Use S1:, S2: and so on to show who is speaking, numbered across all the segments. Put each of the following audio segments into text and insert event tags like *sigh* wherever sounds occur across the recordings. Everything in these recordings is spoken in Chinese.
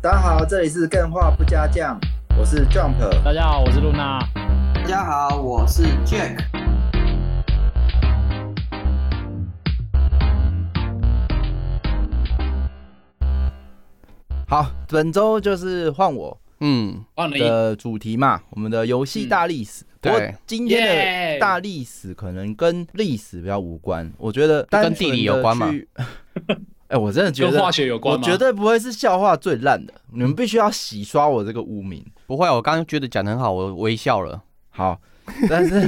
S1: 大家好，这里是更画不加酱，我是 Jump。
S2: 大家好，我是露娜。
S3: 大家好，我是 Jack。
S4: 好，本周就是换我
S5: 嗯，
S2: 换了一
S4: 的主题嘛，我们的游戏大历史。不过
S5: 对
S4: 今天
S2: 耶
S4: 的大历史可能跟历史比较无关，我觉得
S5: 跟地理有关嘛
S4: 嘛。 *laughs* 哎、我真的觉
S2: 跟
S4: 得
S2: 化学有关
S4: 我
S2: 吗？
S4: 绝对不会是笑话最烂的，你们必须要洗刷我这个污名。
S5: 不会啊，我刚刚觉得讲得很好，我微笑了。
S4: 好，但是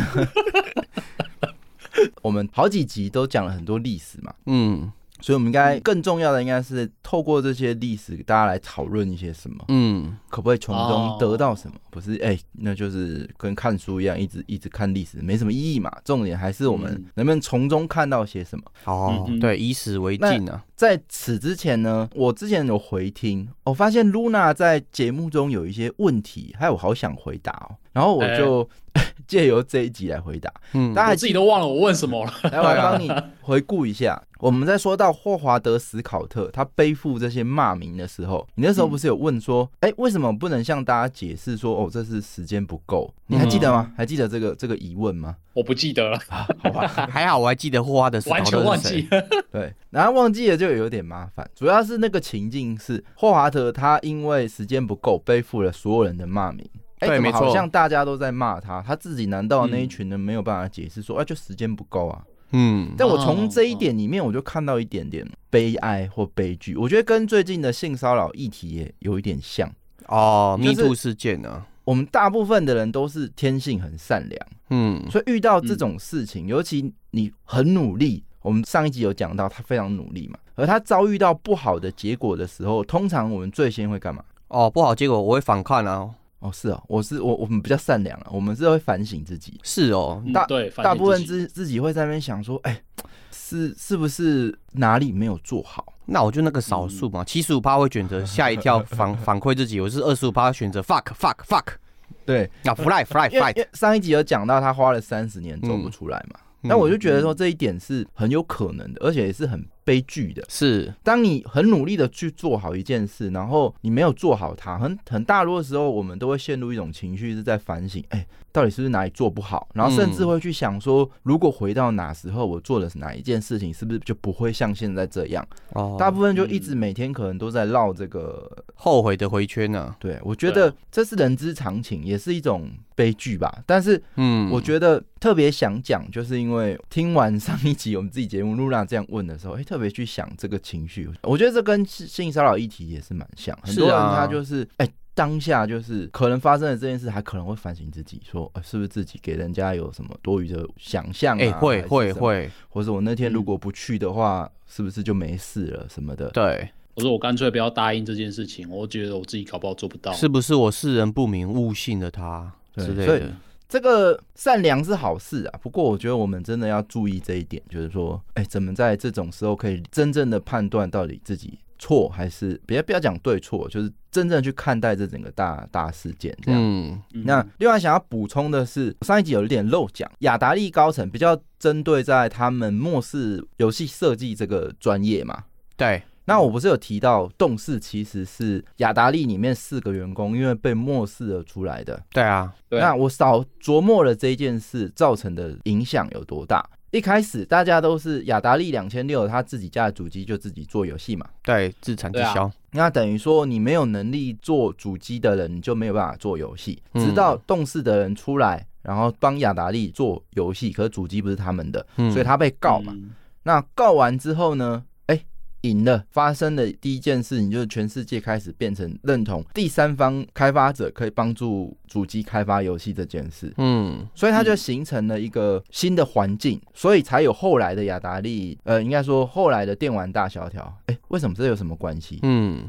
S4: *laughs* 我们好几集都讲了很多历史嘛，
S5: 嗯
S4: 所以我们应该更重要的应该是透过这些历史，大家来讨论一些什么，
S5: 嗯，
S4: 可不可以从
S2: 哦
S4: 中得到什么？不是，哎、那就是跟看书一样，一直一直看历史没什么意义嘛。重点还是我
S2: 嗯
S4: 们能不能从中看到些什么。
S5: 哦
S2: 嗯嗯
S5: 对，以史为镜啊。
S4: 在此之前呢，我之前有回听，我发现 Luna 在节目中有一些问题，还有我好想回答哦，然后我就 *laughs* 借、由这一集来回答。
S5: 哎嗯，
S4: 大家
S2: 我
S4: 还
S2: *laughs* 自己都忘了我问什么了。 *laughs*
S4: 来，我来帮你回顾一
S5: *laughs*
S4: 下。我们在说到霍华德·史考特他背负这些骂名的时候，你那时
S5: 嗯
S4: 候不是有问说，哎、为什么不能向大家解释说，哦，这是时间不够？你
S5: 嗯
S4: 还记得吗？还记得这个这个疑问吗？
S2: 我不记
S4: *laughs*
S2: 得了，
S4: 好
S2: *laughs*
S4: 吧，
S5: 还好我还记得霍华德斯
S2: 完全忘记。
S4: 对，然后忘记了就有点麻烦。主要是那个情境是霍华德他因为时间不够，背负了所有人的骂名。哎，
S5: 对
S4: 怎么
S5: 没错
S4: 好像大家都在骂他，他自己难道那一群人没有办法解释说，啊，就时间不够啊？
S5: 嗯，
S4: 但我从这一点里面，我就看到一点点悲哀或悲剧。我觉得跟最近的性骚扰议题也有一点像。
S5: 哦，
S4: 就
S5: 密
S4: 是
S5: 度事件啊呢？
S4: 我们大部分的人都是天性很善良，
S5: 嗯，
S4: 所以遇到这种事
S2: 嗯
S4: 情，尤其你很努力，我们上一集有讲到他非常努力嘛，而他遭遇到不好的结果的时候，通常我们最先会干嘛？
S5: 哦，不好，结果我会反抗啊。
S4: 哦，是哦，我是我，我们比较善良啊，我们是会反省自己，
S5: 是哦，
S2: 嗯
S4: 大
S2: 对，反
S4: 大
S2: 正
S4: 部分
S2: 自
S4: 自
S2: 己
S4: 自己会在那边想说，哎、是是不是哪里没有做好？
S5: 那我就那个少数
S4: 嗯
S5: 嘛，七十五趴会选择吓一跳反 *laughs* 反馈自己，我是二十五趴选择 fuck fuck fuck
S4: 对，
S5: 啊 fly fly
S4: 因为因
S5: fly。
S4: 为上一集有讲到他花了三十年走不
S2: 嗯
S4: 出来嘛，那
S5: 嗯
S4: 我就觉得说这一点是很有可能的，而且也是很悲剧的。
S5: 是
S4: 当你很努力的去做好一件事，然后你没有做好它，很很大多的时候，我们都会陷入一种情绪，是在反省，哎、到底是不是哪里做不好，然
S2: 嗯
S4: 后甚至会去想说，如果回到哪时候我做了哪一件事情，是不是就不会像现在这样？
S5: 哦，
S4: 大部分就一
S2: 嗯
S4: 直每天可能都在绕这个
S5: 后悔的回圈呢。
S4: 对，我觉
S2: 对啊
S4: 得这是人之常情，也是一种悲剧吧。但是
S5: 嗯，
S4: 我觉得特别想讲，就是因为听完上一集我们自己节目露娜这样问的时候，哎、特别去想这个情绪。我觉得这跟性性骚扰议题也是蛮像，很
S5: 是啊
S4: 多人他就是哎。当下就是可能发生了这件事，还可能会反省自己，说、呃、是不是自己给人家有什么多余的想象、啊？
S5: 哎
S4: 还
S5: 会
S4: 是
S5: 会
S4: 什么，
S5: 会，
S4: 或者我那天如果不去的话，是不是就没事了什么的？
S5: 对。
S2: 我说我干脆不要答应这件事情，我觉得我自己搞不好做不到。
S5: 是不是我世人不明误信了他
S4: 对
S5: 之类
S4: 所
S5: 的
S4: 以？这个善良是好事啊，不过我觉得我们真的要注意这一点，就是说，哎，怎么在这种时候可以真正的判断到底自己错还是别不要讲对错，就是真正去看待这整个大大事件这样。
S5: 嗯，
S2: 嗯
S4: 那另外想要补充的是，上一集有一点漏讲，雅达利高层比较针对在他们末世游戏设计这个专业嘛，
S5: 对，
S4: 那我不是有提到动视其实是雅达利里面四个员工因为被漠视而出来的，
S5: 对啊，
S2: 对
S4: 那我少琢磨了这一件事造成的影响有多大。一开始大家都是雅达利两千六，他自己家的主机就自己做游戏嘛。
S5: 对，自产自
S2: 对啊
S5: 销，
S4: 那等于说你没有能力做主机的人，你就没有办法做游戏。
S5: 嗯
S4: 直到动视的人出来，然后帮雅达利做游戏，可是主机不是他们的，
S5: 嗯
S4: 所以他被告嘛。
S2: 嗯
S4: 那告完之后呢？哎，赢了，发生的第一件事情就是全世界开始变成认同第三方开发者可以帮助主机开发游戏这件事。
S5: 嗯，
S4: 所以它就形成了一个新的环境，所以才有后来的雅达利，呃，应该说后来的电玩大萧条。哎、为什么这有什么关系？
S5: 嗯，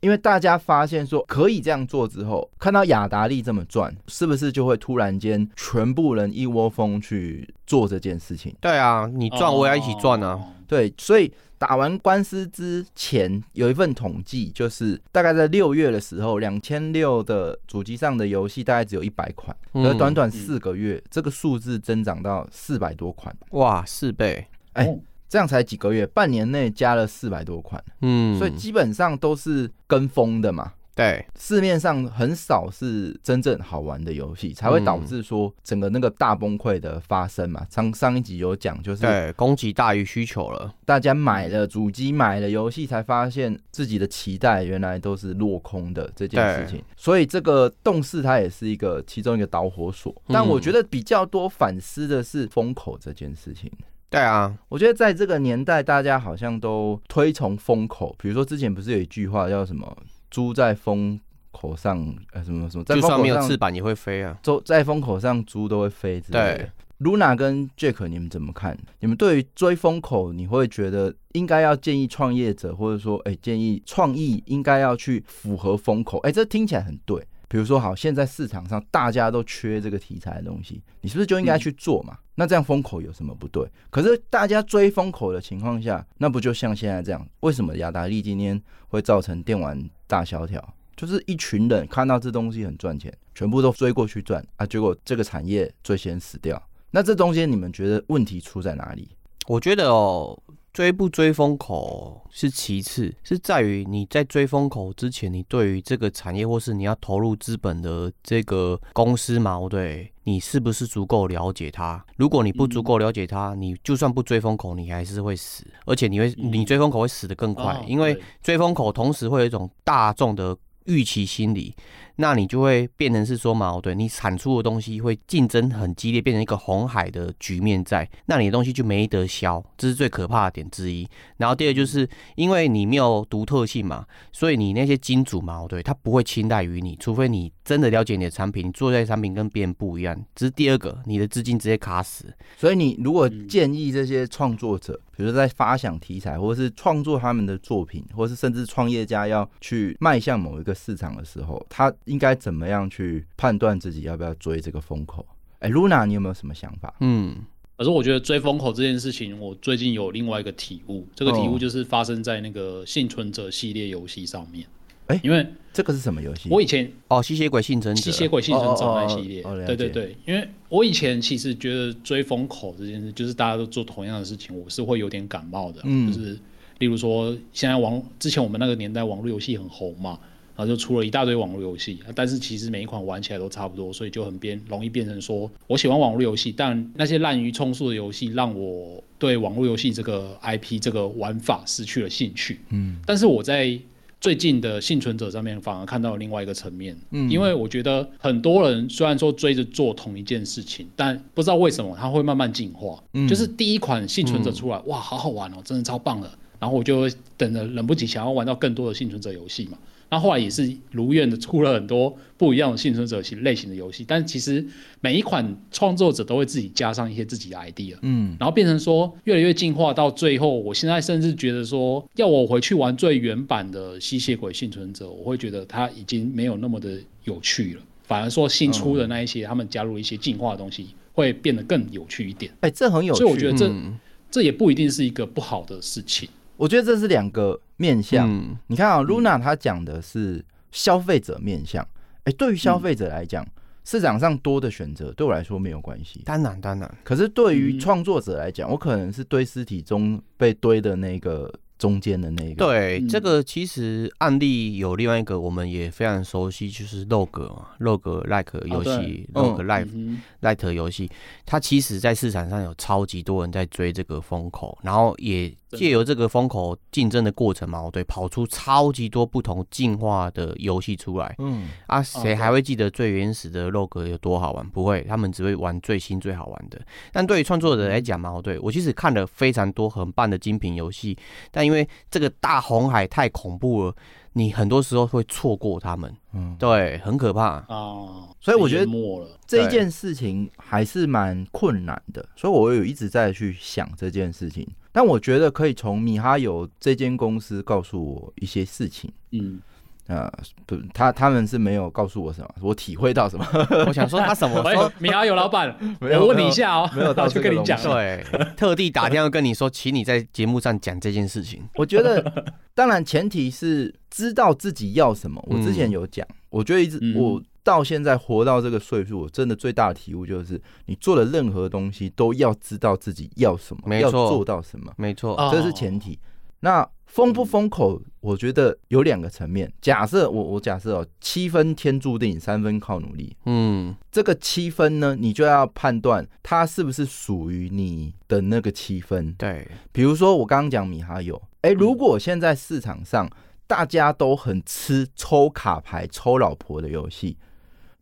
S4: 因为大家发现说可以这样做之后，看到雅达利这么赚，是不是就会突然间全部人一窝蜂去做这件事情？
S5: 对啊，你赚我也一起赚
S2: 哦
S5: 啊，。
S4: 对，所以打完官司之前有一份统计，就是大概在六月的时候，两千六的主机上的游戏大概只有一百款，
S5: 嗯
S4: 而短短四个月，这个数字增长到四百多款，
S5: 哇，四倍，
S4: 哎
S2: 哦
S4: 这样才几个月，半年内加了四百多款，
S5: 嗯，
S4: 所以基本上都是跟风的嘛。
S5: 对，
S4: 市面上很少是真正好玩的游戏，才会导致说整个那个大崩溃的发生嘛。上上一集有讲，就是
S5: 对，供给大于需求了。
S4: 大家买了主机、买了游戏，才发现自己的期待原来都是落空的这件事情。所以这个动视它也是一个其中一个导火索。
S5: 嗯
S4: 但我觉得比较多反思的是风口这件事情。
S5: 对啊，
S4: 我觉得在这个年代，大家好像都推崇风口，比如说之前不是有一句话叫什么“猪在风口上”呃什么什么，在
S5: 就
S4: 风口
S5: 算
S4: 上
S5: 没有翅膀也会飞啊。
S4: 周在风口上猪都会飞之类的
S5: 对。
S4: Luna 跟 Jack，你们怎么看？你们对于追风口，你会觉得应该要建议创业者，或者说，哎、建议创意应该要去符合风口。哎、这听起来很对。比如说，好，现在市场上大家都缺这个题材的东西，你是不是就应该去做嘛？那这样风口有什么不对？可是大家追风口的情况下，那不就像现在这样？为什么雅达利今天会造成电玩大萧条？就是一群人看到这东西很赚钱，全部都追过去赚啊，结果这个产业最先死掉。那这中间你们觉得问题出在哪里？
S5: 我觉得哦，追不追风口是其次，是在于你在追风口之前，你对于这个产业或是你要投入资本的这个公司矛对。你是不是足够了解它？如果你不足够了解它，你就算不追风口，你还是会死，而且你会，
S2: 嗯
S5: 你追风口会死得更快，
S2: 哦
S5: 因为
S2: 对
S5: 追风口同时会有一种大众的预期心理，那你就会变成是说矛盾，你产出的东西会竞争很激烈，变成一个红海的局面在，那你的东西就没得销，这是最可怕的点之一。然后第二就是因为你没有独特性嘛，所以你那些金主嘛，对，他不会青睐于你，除非你真的了解你的产品，你做这些产品跟别人不一样。这是第二个，你的资金直接卡死。
S4: 所以你如果建议这些创作者，比如说在发想题材，或是创作他们的作品，或是甚至创业家要去迈向某一个市场的时候，他应该怎么样去判断自己要不要追这个风口？哎、l u n a 你有没有什么想法？
S5: 嗯，
S2: 可是我觉得追风口这件事情，我最近有另外一个体悟，这个体
S4: 哦
S2: 悟就是发生在那个幸存者系列游戏上面。
S4: 哎
S2: 因为
S4: 这个是什么游戏？
S2: 我以前
S5: 哦，吸血鬼幸存者，
S2: 吸血鬼幸存障碍系列，
S4: 哦哦哦哦了解
S2: 对对对，因为我以前其实觉得追风口这件事，就是大家都做同样的事情，我是会有点感冒的，
S4: 嗯
S2: 就是例如说现在网之前我们那个年代网络游戏很红嘛。然后就出了一大堆网络游戏，但是其实每一款玩起来都差不多，所以就很变容易变成说，我喜欢网络游戏，但那些滥竽充数的游戏让我对网络游戏这个 IP 这个玩法失去了兴趣。
S4: 嗯
S2: 但是我在最近的幸存者上面反而看到了另外一个层面，
S4: 嗯
S2: 因为我觉得很多人虽然说追着做同一件事情，但不知道为什么他会慢慢进化。
S4: 嗯
S2: 就是第一款幸存者出来，哇，好好玩哦，真的超棒的。然后我就等着忍不及想要玩到更多的幸存者游戏嘛。那后来也是如愿的出了很多不一样的幸存者型类型的游戏，但其实每一款创作者都会自己加上一些自己的 idea。
S4: 嗯
S2: 然后变成说越来越进化到最后，我现在甚至觉得说，要我回去玩最原版的吸血鬼幸存者，我会觉得它已经没有那么的有趣了，反而说新出的那一些，他们加入一些进化的东西，会变得更有趣一点。
S4: 哎、这很有趣。
S2: 所以我觉得这、
S5: 嗯
S2: 这也不一定是一个不好的事情。
S4: 我觉得这是两个面向。
S5: 嗯
S4: 你看啊、l u n a 她讲的是消费者面向，哎、对于消费者来
S2: 嗯
S4: 讲，市场上多的选择对我来说没有关系。
S5: 当然当然，
S4: 可是对于
S2: 嗯
S4: 创作者来讲，我可能是堆尸体中被堆的那个中间的那个。，
S5: 对，
S2: 嗯
S5: 这个其实案例有另外一个，我们也非常熟悉，就是 log 嘛，log like 游戏
S2: 对
S5: ，log
S4: 嗯
S5: life
S2: 嗯
S5: light 游戏，它其实在市场上有超级多人在追这个风口，然后也
S2: 真的
S5: 借由这个风口竞争的过程嘛，哦对，跑出超级多不同进化的游戏出来
S4: 嗯，
S5: 啊，谁
S2: 对
S5: 还会记得最原始的 log 有多好玩？不会，他们只会玩最新最好玩的。但对于创作者
S4: 嗯
S5: 来讲嘛，哦对我其实看了非常多很棒的精品游戏，但因为这个大红海太恐怖了，你很多时候会错过他们，
S4: 嗯
S5: 对，很可怕。
S2: 哼啊，
S4: 所以我觉得
S2: 被淹没了，
S4: 这一件事情还是蛮困难的，所以我有一直在去想这件事情。但我觉得可以从米哈游这间公司告诉我一些事情。
S2: 嗯，
S4: 呃，不，他他们是没有告诉我什么，我体会到什么。
S5: 我想说他什么时候
S4: *laughs*
S2: 喂，米哈游老板，
S4: 没有
S2: 嗯我问你一下哦，
S4: 没有
S2: *laughs*
S4: 没有到
S2: 我
S4: 这
S2: 就
S4: 个
S2: 跟
S4: 龙
S2: 你讲了，
S5: 对，特地打电话跟你说，请你在节目上讲这件事情。
S4: 我觉得，当然前提是知道自己要什么。我之
S5: 嗯
S4: 前有讲，我觉得一直、
S2: 嗯
S4: 我到现在活到这个岁数，我真的最大的体悟就是，你做的任何东西都要知道自己要什么，
S5: 没
S4: 要
S5: 错
S4: 做到什么，
S5: 没错，
S2: 啊
S4: 这是前提。那封不封口，我觉得有两个层面。假设我我假设哦，七分天注定，三分靠努力。
S5: 嗯，
S4: 这个七分呢，你就要判断它是不是属于你的那个七分。
S5: 对，
S4: 比如说我刚刚讲米哈游，哎，
S5: 嗯
S4: 如果现在市场上大家都很吃抽卡牌、抽老婆的游戏，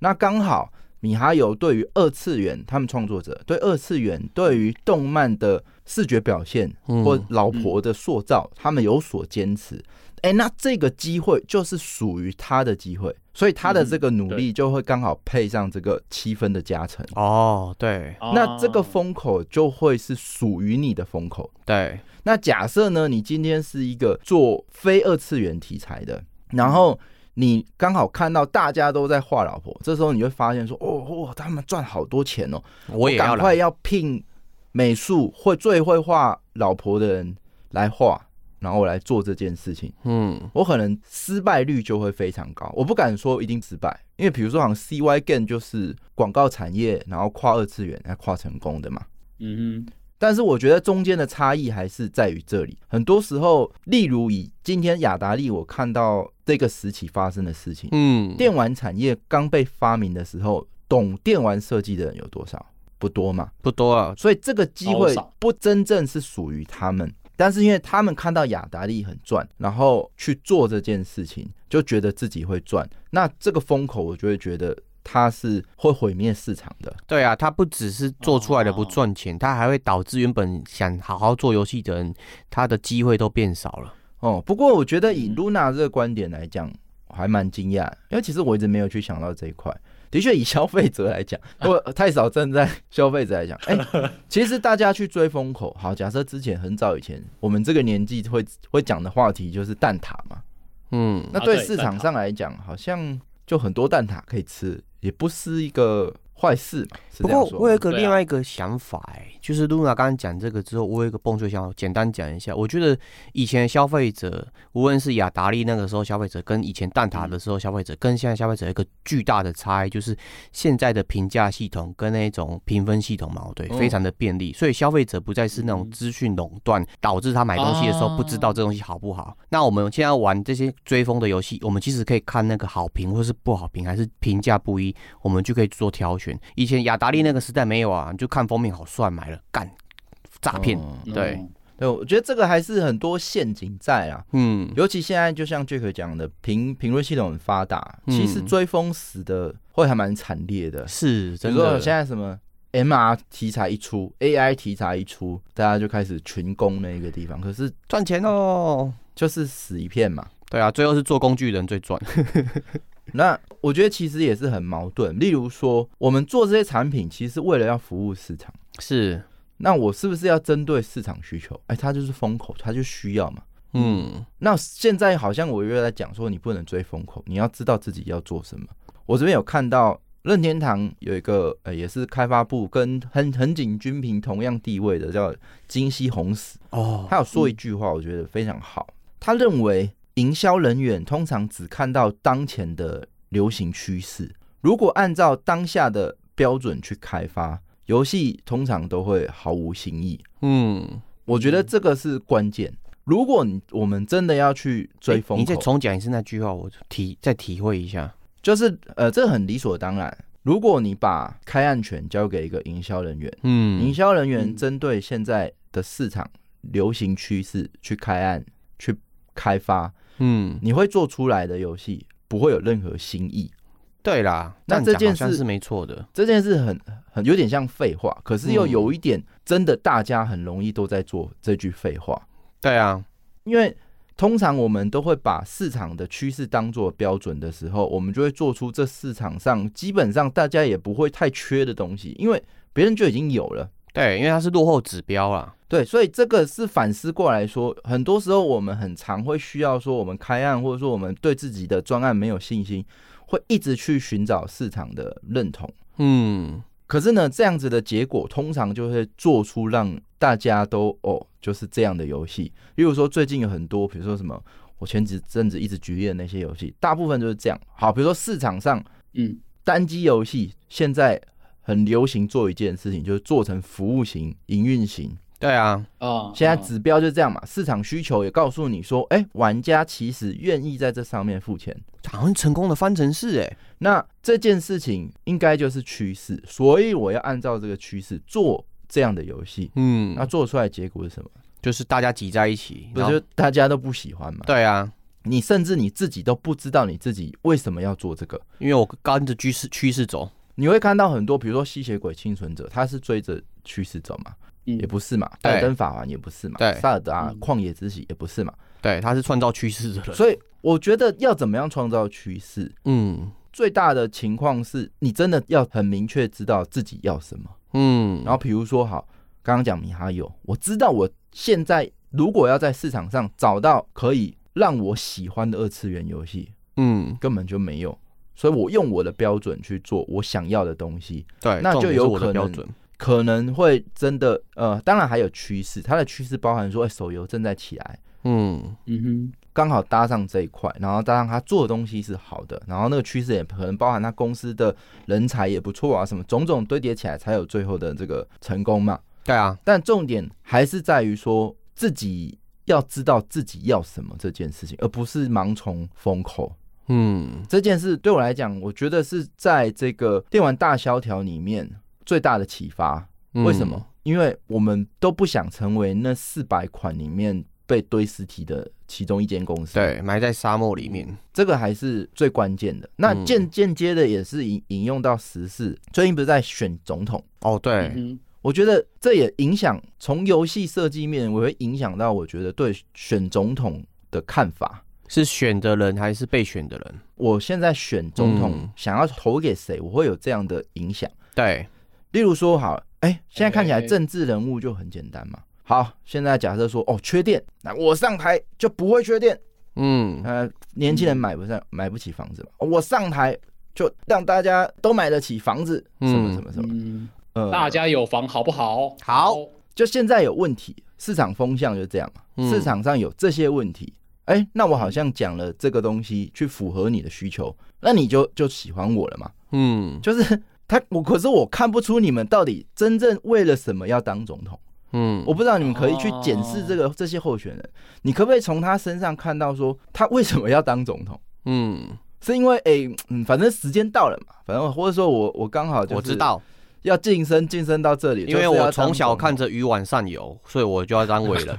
S4: 那刚好米哈游对于二次元他们创作者对二次元对于动漫的视觉表现
S5: 嗯
S4: 或老婆的塑造，他们有所坚持。哎，那这个机会就是属于他的机会，所以他
S5: 嗯
S4: 的这个努力就会刚好配上这个七分的加成。
S5: 哦，对
S4: 那这个
S2: 风。
S4: 风口就会是属于你的风口。
S5: 对，
S4: 那假设呢，你今天是一个做非二次元题材的，然后你刚好看到大家都在画老婆，这时候你会发现说，哦哦，他们赚好多钱哦，
S5: 我也要
S4: 赶快
S5: 来，
S4: 要聘美术会最会画老婆的人来画，然后我来做这件事情。
S5: 嗯，
S4: 我可能失败率就会非常高。我不敢说一定失败，因为比如说好像 CY Game 就是广告产业，然后跨二次元，然后跨成功的嘛。
S2: 嗯
S4: 但是我觉得中间的差异还是在于这里。很多时候，例如以今天雅达利，我看到这个时期发生的事情，
S5: 嗯，
S4: 电玩产业刚被发明的时候，懂电玩设计的人有多少？不多嘛。
S5: 不多啊，
S4: 所以这个机会
S2: 超少
S4: 不真正是属于他们。但是因为他们看到雅达利很赚，然后去做这件事情，就觉得自己会赚。那这个风口，我就会觉得它是会毁灭市场的。
S5: 对啊，它不只是做出来的不赚钱，它还会导致原本想好好做游戏的人，他的机会都变少了。
S4: 哦，不过我觉得
S5: 嗯
S4: 以 Luna 这个观点来讲，我还蛮惊讶，因为其实我一直没有去想到这一块。的确，以消费者来
S5: *laughs*
S4: 讲，我太少站在消费者来讲。哎、其实大家去追风口，好，假设之前很早以前，我们这个年纪会会讲的话题就是蛋挞嘛。
S5: 嗯，
S4: 那
S2: 啊
S4: 对
S2: 对
S4: 市
S2: 蛋
S4: 场
S2: 挞
S4: 上来讲，好像就很多蛋挞可以吃，也不是一个坏事嘛。是
S5: 不
S4: 这样
S5: 过
S4: 说
S5: 我有一个
S2: 对啊
S5: 另外一个想法、哎、就是露娜刚刚讲这个之后，我有一个蹦出的想法，简单讲一下。我觉得以前的消费者，无论是雅达利那个时候消费者，跟以前蛋挞的时候消费者，跟现在消费者有一个巨大的差异，就是现在的评价系统跟那种评分系统嘛，哦对，
S2: 哦
S4: 嗯
S5: 非常的便利，所以消费者不再是那种资讯垄断，导致他买东西的时候
S2: 啊
S5: 不知道这东西好不好。那我们现在玩这些追风的游戏，我们其实可以看那个好评或是不好评，还是评价不一，我们就可以做挑选。以前雅达利那个时代没有啊，你就看封面好帅，买了干诈骗。
S4: 嗯
S2: 哼，
S5: 对
S2: 嗯
S4: 对，我觉得这个还是很多陷阱在啊啦。
S5: 嗯，
S4: 尤其现在，就像 Jack 讲的，评评论系统很发达，
S5: 嗯
S4: 其实追风死的会还蛮惨烈的。
S5: 是
S4: 比
S5: 真
S4: 如说
S5: 的。
S4: 现在什么 MR 题材一出，AI 题材一出，大家就开始群攻那个地方，可是
S5: 赚钱哦。
S4: 就是死一片嘛。
S5: 对啊，最后是做工具人最赚。
S4: 那我觉得其实也是很矛盾。例如说，我们做这些产品，其实是为了要服务市场。
S5: 是，
S4: 那我是不是要针对市场需求？哎，它就是风口，它就需要嘛。
S5: 嗯，
S4: 那现在好像我又在讲说，你不能追风口，你要知道自己要做什么。我这边有看到任天堂有一个呃，也是开发部跟横横井军平同样地位的叫金西红史，
S5: 哦，
S4: 他有说一句话，我觉得非常好。他认为营销人员通常只看到当前的流行趋势，如果按照当下的标准去开发游戏，通常都会毫无新意。
S5: 嗯，
S4: 我觉得这个是关键。如果你我们真的要去追
S5: 诶
S4: 风
S5: 你再
S4: 口，
S5: 重讲一次那句话，我体再体会一下。
S4: 就是呃，这很理所当然。如果你把开案权交给一个营销人员，营
S5: 嗯，
S4: 销人员
S2: 嗯
S4: 针对现在的市场流行趋势去开案、去开发，
S5: 嗯，
S4: 你会做出来的游戏不会有任何新意。
S5: 对啦，
S4: 那
S5: 样讲
S4: 这件
S5: 好像
S4: 事
S5: 是没错的。
S4: 这件事很很有点像废话，可是又
S5: 嗯
S4: 有一点真的，大家很容易都在做这句废话。
S5: 对啊，
S4: 因为通常我们都会把市场的趋势当做标准的时候，我们就会做出这市场上基本上大家也不会太缺的东西，因为别人就已经有了。
S5: 对，因为它是落后指标啦。
S4: 对，所以这个是反思过来说，很多时候我们很常会需要说，我们开案或者说我们对自己的专案没有信心，会一直去寻找市场的认同。
S5: 嗯，
S4: 可是呢，这样子的结果通常就会做出让大家都哦，就是这样的游戏。例如说，最近有很多，比如说什么，我前几阵子一直举例的那些游戏，大部分就是这样。好，比如说市场上
S2: 嗯，
S4: 单机游戏现在很流行做一件事情，就是做成服务型、营运型。
S5: 对啊，
S2: 啊，
S4: 现在
S2: 啊
S4: 指标就这样嘛，市场需求也告诉你说，哎、玩家其实愿意在这上面付钱。
S5: 好像成功的翻成是哎，
S4: 那这件事情应该就是趋势，所以我要按照这个趋势做这样的游戏。
S5: 嗯，
S4: 那做出来的结果是什么？
S5: 就是大家挤在一起，
S4: 不
S5: 然后
S4: 就大家都不喜欢嘛？
S5: 对啊，
S4: 你甚至你自己都不知道你自己为什么要做这个。
S5: 因为我跟着趋势趋势走，
S4: 你会看到很多，比如说吸血鬼幸存者，他是追着趋势走嘛，
S2: 嗯
S4: 也不是嘛；
S5: 对
S4: 拜登法环也不是嘛
S5: 对；
S4: 萨尔达
S2: 嗯
S4: 旷野之息也不是嘛。
S5: 对，他是创造趋势的人，
S4: 所以我觉得要怎么样创造趋势，
S5: 嗯
S4: 最大的情况是你真的要很明确知道自己要什么。
S5: 嗯，
S4: 然后比如说，好，刚刚讲米哈游，我知道我现在如果要在市场上找到可以让我喜欢的二次元游戏，
S5: 嗯，
S4: 根本就没有，所以我用我的标准去做我想要的东西，
S5: 对，
S4: 那
S5: 这种
S4: 就
S5: 也是
S4: 有
S5: 我的
S4: 可
S5: 标
S4: 能
S5: 准，
S4: 可能会真的呃，当然还有趋势，它的趋势包含说，哎、手游正在起来。
S5: 嗯
S2: 嗯哼，
S4: 刚好搭上这一块，然后搭上他做的东西是好的，然后那个趋势也可能包含他公司的人才也不错啊，什么种种堆叠起来才有最后的这个成功嘛。
S5: 对啊，
S4: 但重点还是在于说自己要知道自己要什么这件事情，而不是盲从风口。
S5: 嗯
S4: 这件事对我来讲，我觉得是在这个电玩大萧条里面最大的启发。
S5: 嗯
S4: 为什么？因为我们都不想成为那四百款里面被堆尸体的其中一间公司。
S5: 对，埋在沙漠里面，
S4: 这个还是最关键的。那
S5: 嗯
S4: 间间接的也是引引用到时事，最近不是在选总统？
S5: 哦，对，
S2: 嗯
S4: 我觉得这也影响从游戏设计面，我会影响到我觉得对选总统的看法。
S5: 是选的人还是被选的人？
S4: 我现在选总统
S5: 嗯，
S4: 想要投给谁，我会有这样的影响。
S5: 对，
S4: 例如说，好，哎、现在看起来
S2: 哎哎哎
S4: 政治人物就很简单嘛。好，现在假设说，哦，缺电，那我上台就不会缺电，
S5: 嗯
S4: 呃，年轻人买不上、买不起房子嘛，哦我上台就让大家都买得起房子，什么
S5: 嗯
S4: 什么什么，
S2: 嗯，
S4: 呃，
S2: 大家有房好不好？
S5: 好
S4: 就现在有问题，市场风向就这样嘛，
S5: 嗯
S4: 市场上有这些问题，哎、那我好像讲了这个东西去符合你的需求，那你就就喜欢我了嘛，
S5: 嗯
S4: 就是。他我可是我看不出你们到底真正为了什么要当总统，
S5: 嗯，
S4: 我不知道你们可以去
S5: 哦
S4: 检视这个这些候选人，你可不可以从他身上看到说他为什么要当总统？
S5: 嗯，
S4: 是因为诶、嗯，反正时间到了嘛，反正或者说我我刚好就是
S5: 我知道，
S4: 要晋升晋升到这里，
S5: 因为
S4: 就是要
S5: 我
S4: 当
S5: 从小
S4: 总统
S5: 看着鱼往上游，所以我就要当伟
S4: *laughs*
S5: 人。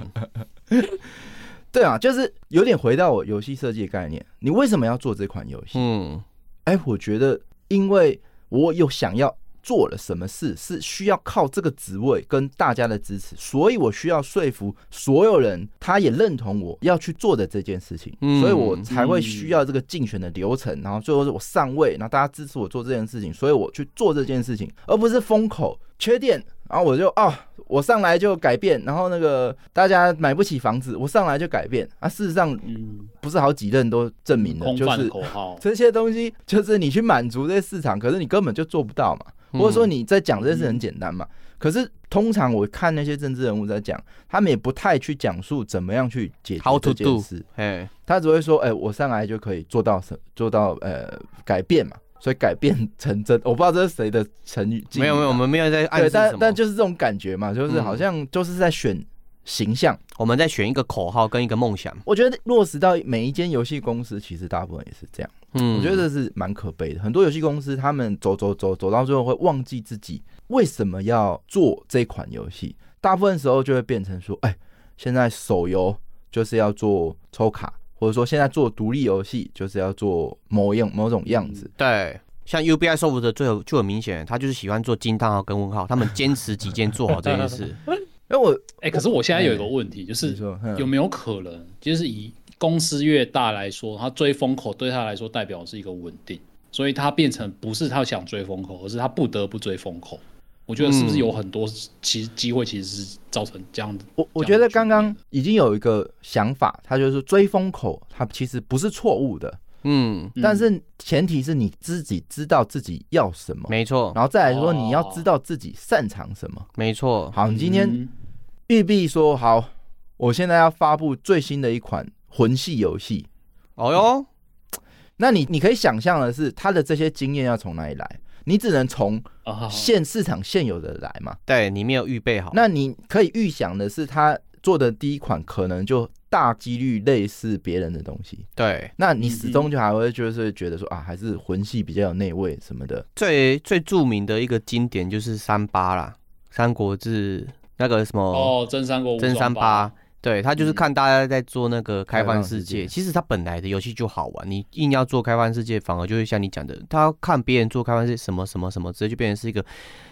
S4: 对啊，就是有点回到我游戏设计的概念，你为什么要做这款游戏？
S5: 嗯
S4: 哎、我觉得因为我有想要做了什么事，是需要靠这个职位跟大家的支持，所以我需要说服所有人，他也认同我要去做的这件事情，
S5: 嗯
S4: 所以我才会需要这个竞选的流程，然后最后是我上位，然后大家支持我做这件事情，所以我去做这件事情，而不是风口缺电，然后我就哦。我上来就改变，然后那个大家买不起房子，我上来就改变啊。事实上，
S2: 嗯，
S4: 不是好几任都证明了，
S2: 空
S4: 就
S2: 泛
S4: 是
S2: 的口号，
S4: 这些东西就是你去满足这些市场，可是你根本就做不到嘛。
S5: 嗯
S4: 或者说你在讲这件事很简单嘛，可是通常我看那些政治人物在讲，他们也不太去讲述怎么样去解决
S5: ，How
S4: 这
S5: to
S4: 件
S5: do？
S4: 事，
S5: 嘿，
S4: 他只会说，哎、我上来就可以做到 *laughs* 什，做到呃改变嘛，所以改变成真，我不知道这是谁的成语，
S5: 没有没有，我们没有在
S4: 啊
S5: 暗
S4: 对，
S5: 示什
S4: 但
S5: 么，嗯
S4: 但就是这种感觉嘛，就是好像就是在选形象。
S5: 我们在选一个口号跟一个梦想。
S4: 我觉得落实到每一间游戏公司，其实大部分也是这样。
S5: 嗯，
S4: 我觉得这是蛮可悲的。很多游戏公司他们走走走走到最后会忘记自己为什么要做这款游戏，大部分时候就会变成说，哎，现在手游就是要做抽卡，或者说现在做独立游戏就是要做某样某种样子。
S5: 对。像 UBI Soft 的最后就很明显，他就是喜欢做惊叹号跟问号，他们坚持己见做好这件事。
S4: 因为我
S2: 哎，可是我现在有一个问题，就
S4: 你
S2: 是
S4: 说，嗯
S2: 有没有可能，就是以公司越大来说，他追风口对他来说代表的是一个稳定，所以他变成不是他想追风口，而是他不得不追风口。我觉得是不是
S5: 嗯
S2: 有很多其实机会其实是造成这样的？
S4: 我我
S2: 这
S4: 觉
S2: 样
S4: 得
S2: 的
S4: 刚
S2: 局
S4: 刚
S2: 面
S4: 已经有一个想法，他就是追风口，它其实不是错误的，
S5: 嗯，
S2: 嗯
S4: 但是前提是你自己知道自己要什么，
S5: 没错，
S4: 然后再来说你要
S2: 哦
S4: 知道自己擅长什么。
S5: 没错。
S4: 好，哦你今天
S2: 嗯
S4: 玉碧说好，我现在要发布最新的一款魂系游戏。
S5: 哦哟，
S4: 那你你可以想象的是，他的这些经验要从哪里来？你只能从
S2: 啊，好好
S4: 现市场现有的来嘛。
S5: 对你没有预哦备好，
S4: 那你可以预想的是，他做的第一款可能就大几率类似别人的东西，
S5: 对
S4: 那你始终就还会就是觉得说
S5: 嗯
S4: 啊，还是魂系比较有内味什么的。
S5: 最最著名的一个经典就是三八啦，《三国志》那个什么
S2: 哦，真三国无
S5: 真三
S2: 双
S5: 八
S2: 八，，
S5: 对他就是看大家在做那个开放
S4: 嗯开
S5: 世界。
S4: 放世界
S5: 其实他本来的游戏就好玩，你硬要做开放世界，反而就会像你讲的，他看别人做开放世界什么什么什么，直接就变成是一个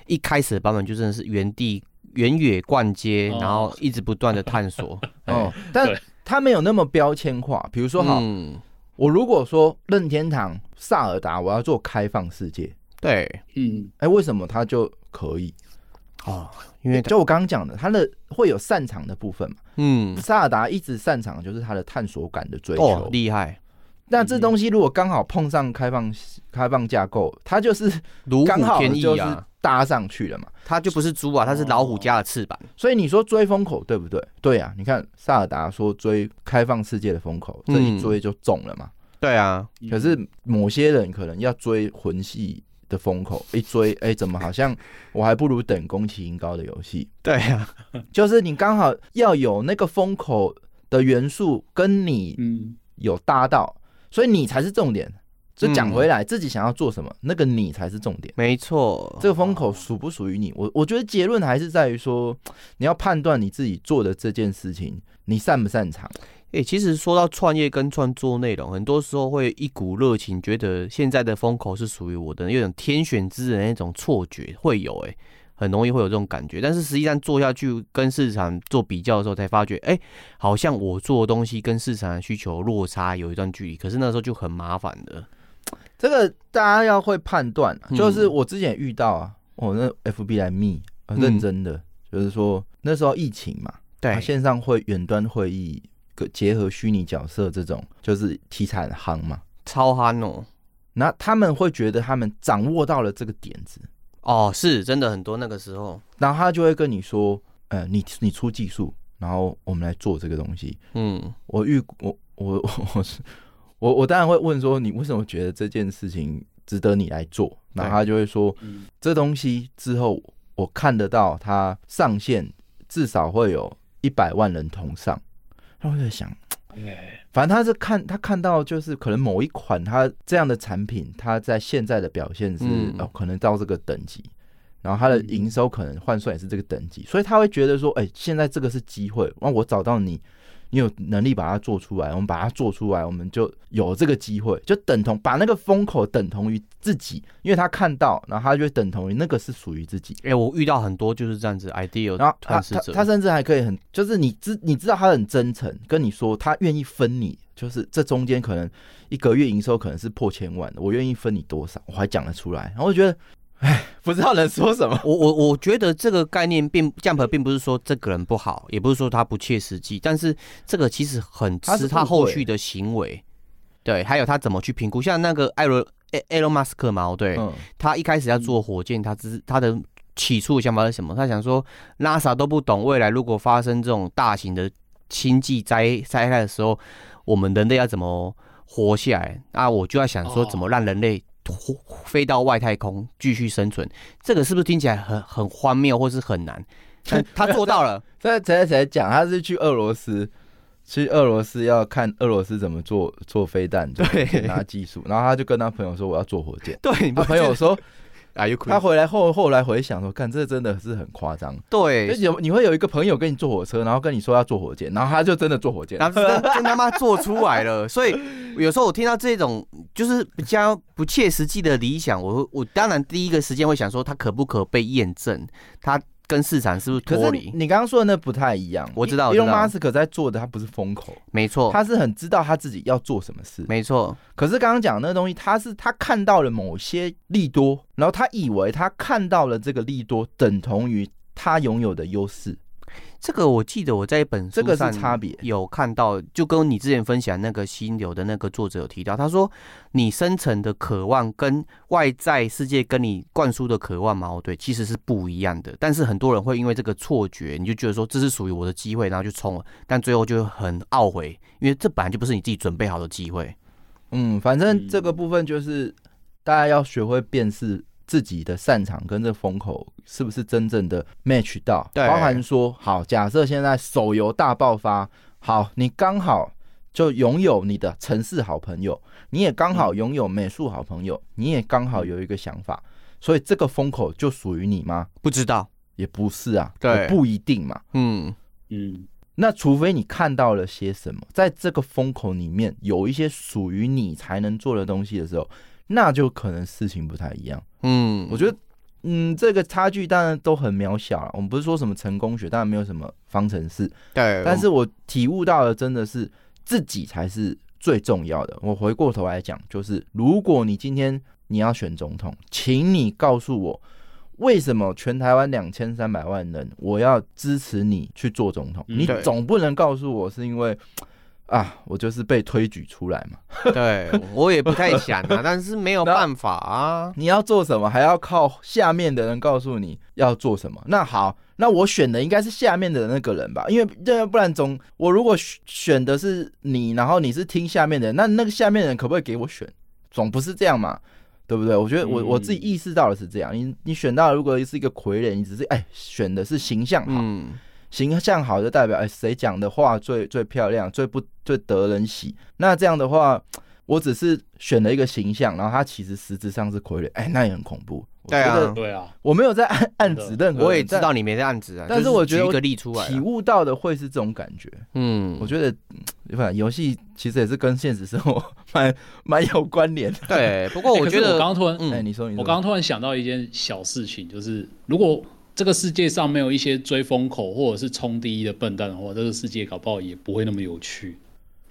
S5: 一开始的版本就真的是原地原野逛街，
S2: 哦
S5: 然后一直不断的探
S4: *laughs*
S5: 索。
S4: 哦，但
S2: 对
S4: 它没有那么标签化。比如说，好，
S5: 哎嗯
S4: 我如果说任天堂、萨尔达，我要做开放世界，
S5: 对，
S2: 嗯，
S4: 哎、为什么它就可以？
S5: 哦，因 *laughs* 为
S4: 就我刚刚讲的，它的会有擅长的部分嘛。
S5: 嗯
S4: 萨尔达一直擅长的就是它的探索感的追求。
S5: 哦厉害，
S4: 那这东西如果刚好碰上开放开放架构，它就是
S5: 如
S4: 刚
S5: 虎
S4: 好
S5: 添
S4: 就
S5: 翼
S4: 是
S5: 啊，
S4: 搭上去了嘛。
S5: 它就不是猪啊，它是老虎加的翅膀。
S4: 所以你说追风口对不对？对啊，你看萨尔达说追开放世界的风口，这一
S5: 嗯
S4: 追就中了嘛。
S5: 对啊，
S2: 嗯
S4: 可是某些人可能要追魂系的风口，一追哎、怎么好像我还不如等宫崎英高的游戏？
S5: 对啊，
S4: 就是你刚好要有那个风口的元素跟你
S2: 嗯，
S4: 有搭到，所以你才是重点。就讲回来，自己想要做什么，那个你才是重点。
S5: 没错，
S4: 这个风口属不属于你？我我觉得结论还是在于说，你要判断你自己做的这件事情，你擅不擅长。
S5: 诶、其实说到创业跟创作内容，很多时候会一股热情，觉得现在的风口是属于我的，有种天选之人的那种错觉会有、诶，很容易会有这种感觉。但是实际上做下去跟市场做比较的时候，才发觉，诶、好像我做的东西跟市场的需求落差有一段距离，可是那时候就很麻烦的。
S4: 这个大家要会判断啊，
S5: 嗯
S4: 就是我之前也遇到啊，我、那 FB 来密，很
S5: 嗯
S4: 认真的，就是说那时候疫情嘛，
S5: 对
S4: 啊线上会远端会议，个结合虚拟角色这种，就是题材很夯嘛。
S5: 超憨哦，
S4: 那他们会觉得他们掌握到了这个点子，
S5: 哦，是真的很多那个时候，
S4: 然后他就会跟你说，呃，你你出技术，然后我们来做这个东西。
S5: 嗯，
S4: 我预估我我我我是我我当然会问说，你为什么觉得这件事情值得你来做？然后他就会说，
S2: 嗯
S4: 这东西之后我看得到它上线至少会有一百万人同上。然后我就在想，
S2: 哎
S4: 反正他是看他看到就是可能某一款他这样的产品，他在现在的表现是、
S5: 嗯
S4: 哦，可能到这个等级，然后他的营收可能换算也是这个等级，所以他会觉得说，哎、现在这个是机会，那我找到你，你有能力把它做出来，我们把它做出来，我们就有这个机会，就等同把那个风口等同于自己，因为他看到，然后他就会等同于那个是属于自己。
S5: 诶、我遇到很多就是这样子 idea
S4: 然后他
S5: 探视
S4: 他
S5: 者，
S4: 他甚至还可以很，就是你知你知道他很真诚，跟你说他愿意分你，就是这中间可能一个月营收可能是破千万的，我愿意分你多少，我还讲得出来，然后我觉得，哎，不知道能说什么。
S5: 我我我觉得这个概念并 Jump 并不是说这个人不好，也不是说他不切实际，但是这个其实很
S4: 他是
S5: 吃他
S4: 误会
S5: 后续的行为，对，还有他怎么去评估，像那个艾伦艾艾伦马斯克嘛，哦对、
S4: 嗯，
S5: 他一开始要做火箭，他只他的起初的想法是什么？他想说 NASA 都不懂未来如果发生这种大型的星际灾灾害的时候，我们人类要怎么活下来？啊，我就要想说
S2: 哦
S5: 怎么让人类脱飞到外太空继续生存。这个是不是听起来很很荒谬，或是很难？但他做到了，
S4: 这才才讲他是去俄罗斯，去俄罗斯要看俄罗斯怎么做做飞弹，
S5: 对
S4: 拿技术，然后他就跟他朋友说我要做火箭，
S5: 对，你
S4: 他
S5: 不
S4: 朋 *laughs* 友说
S5: 啊，有
S4: 他回来后后来回想说，干这真的是很夸张。就
S5: 对，
S4: 有你会有一个朋友跟你坐火车，然后跟你说要坐火箭，然后他就真的坐火箭。
S5: 然后真的真他妈做出来了，所以有时候我听到这种就是比较不切实际的理想，我会我当然第一个时间会想说，它可不可被验证？它跟市场是不是
S4: 可
S5: 脱
S4: 是
S5: 离？
S4: 你刚刚说的那不太一样，
S5: 我知道，我
S4: 伊
S5: 知
S4: 隆
S5: 道
S4: 马，斯克在做的他不是风口，
S5: 没错，
S4: 他是很知道他自己要做什么事。
S5: 没错，
S4: 可是刚刚讲的那个东西，他是他看到了某些利多，然后他以为他看到了这个利多等同于他拥有的优势。
S5: 这个我记得我在一本书
S4: 这个是
S5: 上
S4: 差别
S5: 有看到，就跟你之前分享那个心流的那个作者有提到，他说你深层的渴望跟外在世界跟你灌输的渴望矛盾其实是不一样的，但是很多人会因为这个错觉，你就觉得说这是属于我的机会，然后就冲了，但最后就很懊悔，因为这本来就不是你自己准备好的机会。
S4: 嗯，反正这个部分就是大家要学会辨识自己的擅长跟这风口是不是真正的 match 到，
S5: 对
S4: 包含说，好，假设现在手游大爆发，好，你刚好就拥有你的城市好朋友，你也刚好拥有美术好朋友，你也刚好有一个想法，所以这个风口就属于你吗？
S5: 不知道，
S4: 也不是啊，
S5: 对
S4: 也不一定嘛。
S5: 嗯，
S2: 嗯，
S4: 那除非你看到了些什么，在这个风口里面有一些属于你才能做的东西的时候，那就可能事情不太一样。
S5: 嗯，
S4: 我觉得，嗯，这个差距当然都很渺小了。我们不是说什么成功学，当然没有什么方程式，
S5: 对，
S4: 但是我体悟到的真的是自己才是最重要的。我回过头来讲，就是如果你今天你要选总统，请你告诉我。为什么全台湾两千三百万人，我要支持你去做总统？
S2: 嗯
S4: 你
S5: 对
S4: 总不能告诉我是因为啊，我就是被推举出来嘛。
S5: 对我也不太想啊， *laughs* 但是没有办法啊，
S4: 你要做什么，还要靠下面的人告诉你要做什么。那好，那我选的应该是下面的那个人吧，因为要不然总我如果选选的是你，然后你是听下面的人，那那个下面的人可不可以给我选？总不是这样嘛，对不对？我觉得我
S2: 嗯
S4: 我自己意识到的是这样。你你选到如果是一个傀儡，你只是哎选的是形象好，
S5: 嗯，
S4: 形象好就代表哎谁讲的话最最漂亮，最不最得人喜。那这样的话，我只是选了一个形象，然后他其实实质上是傀儡，哎，那也很恐怖。我
S5: 对
S4: 觉
S5: 啊
S4: 得
S2: 对啊，
S4: 我没有在 *laughs* 暗暗指
S2: 真
S4: 任何人，
S5: 我也知道
S4: 但
S5: 你没在案子啊，
S4: 但是
S5: 就
S4: 我觉得
S5: 举一
S4: 我
S5: 个例出来啊，
S4: 体悟到的会是这种感觉。
S5: 嗯，
S4: 我觉得，嗯反正游戏其实也是跟现实生活 *laughs* 蛮蛮有关联的。 *laughs*
S5: 对，不
S4: 哦
S5: 过
S2: 欸
S5: 我
S2: 可
S5: 觉
S2: 是
S5: 得，
S2: 我刚刚突然
S4: 哎，
S5: 嗯，
S4: 你说，你说，
S2: 我刚刚突然想到一件小事情，就是如果这个世界上没有一些追风口或者是冲第一的笨蛋的话，这个世界搞不好也不会那么有趣。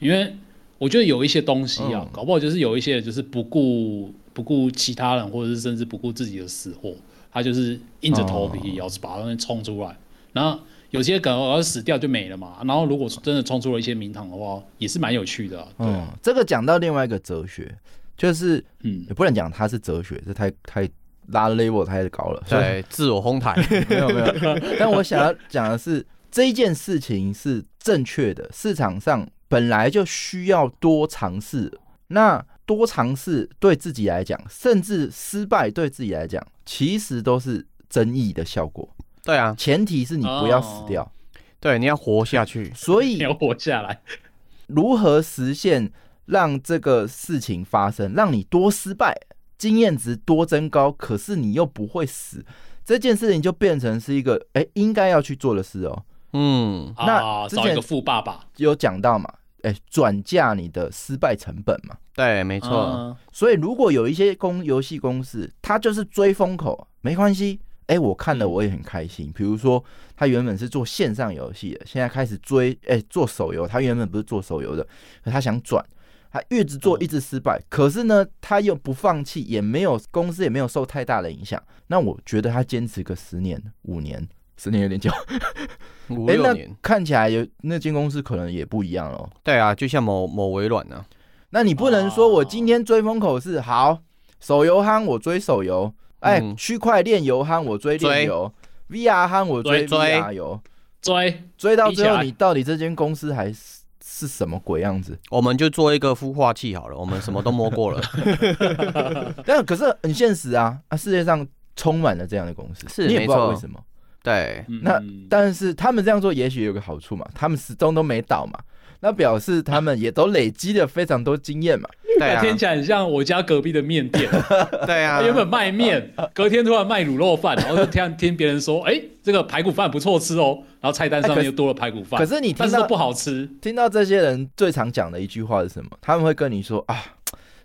S2: 因为我觉得有一些东西啊，
S4: 嗯
S2: 搞不好就是有一些人就是不顾不顾其他人，或者是甚至不顾自己的死活，他就是硬着头皮咬着把东西冲出来。然后有些狗要死掉就没了嘛。然后如果真的冲出了一些名堂的话，也是蛮有趣的、啊。对啊、
S4: 嗯，这个讲到另外一个哲学，就是
S2: 嗯 *laughs*
S4: 也不能讲它是哲学，这太太拉 level 太高了。所以
S5: 对，自我哄抬，
S4: 没有没有，但我想要讲的是，这一件事情是正确的，市场上本来就需要多尝试。那多尝试对自己来讲，甚至失败对自己来讲，其实都是争议的效果。
S5: 对啊，
S4: 前提是你不要死掉。
S5: 对，你要活下
S4: *laughs*
S5: 去，
S4: 所
S2: 你
S4: 以，
S2: 要活下来，
S4: 如何实现让这个事情发生，让你多失败，经验值多增高，可是你又不会死，这件事情就变成是一个哎、应该要去做的事哦。
S5: 嗯，
S4: 那
S2: 啊，
S4: 之
S2: 找一
S4: 前
S2: 个富爸爸。
S4: 有讲到嘛，哎、转嫁你的失败成本嘛。
S5: 对，没
S2: 没
S5: 错，
S4: 所以如果有一些公游戏公司，它就是追风口，没关系。哎、我看了我也很开心。比如说，他原本是做线上游戏的，现在开始追哎、做手游。他原本不是做手游的，可他想转，他一直做一直失败。可是呢，他又不放弃，也没有公司也没有受太大的影响。那我觉得他坚持个十年、五年，十年有点久。
S5: 五
S4: 哎、
S5: 六
S4: 那
S5: 年，
S4: 看起来有那间公司可能也不一样喽。
S5: 对啊，就像某某微软啊，
S4: 那你不能说我今天追风口是好手游夯，我追手游；哎、
S5: 嗯
S4: 区块链游夯，我追链游；VR 夯，我追
S5: 追追
S4: VR 游。
S2: 追
S4: 追到最
S2: 比起
S4: 后，
S2: 来
S4: 你到底这间公司还是是什么鬼样子？
S5: 我们就做一个孵化器好了，我们什么都摸过了，
S4: *laughs* 但可是很现实啊，啊，世界上充满了这样的公司，
S5: 是
S4: 你也不
S5: 没
S4: 知道
S5: 错
S4: 为什么。
S5: 对，
S4: 那
S2: 嗯
S4: 但是他们这样做，也许有个好处嘛，他们始终都没倒嘛。那表示他们也都累积了非常多经验嘛，
S5: 对啊，
S2: 听起来很像我家隔壁的面
S5: *laughs*
S2: 店，
S5: 对啊
S2: 他，原本卖
S5: *laughs*
S2: 面，隔天突然卖卤肉饭，然后就听听别人说，哎、这个排骨饭不错吃哦，然后菜单上
S4: 哎可
S2: 面
S4: 是
S2: 又多了排骨饭，
S4: 可是你听
S2: 但是
S4: 到
S2: 都不好吃，
S4: 听到这些人最常讲的一句话是什么？他们会跟你说啊，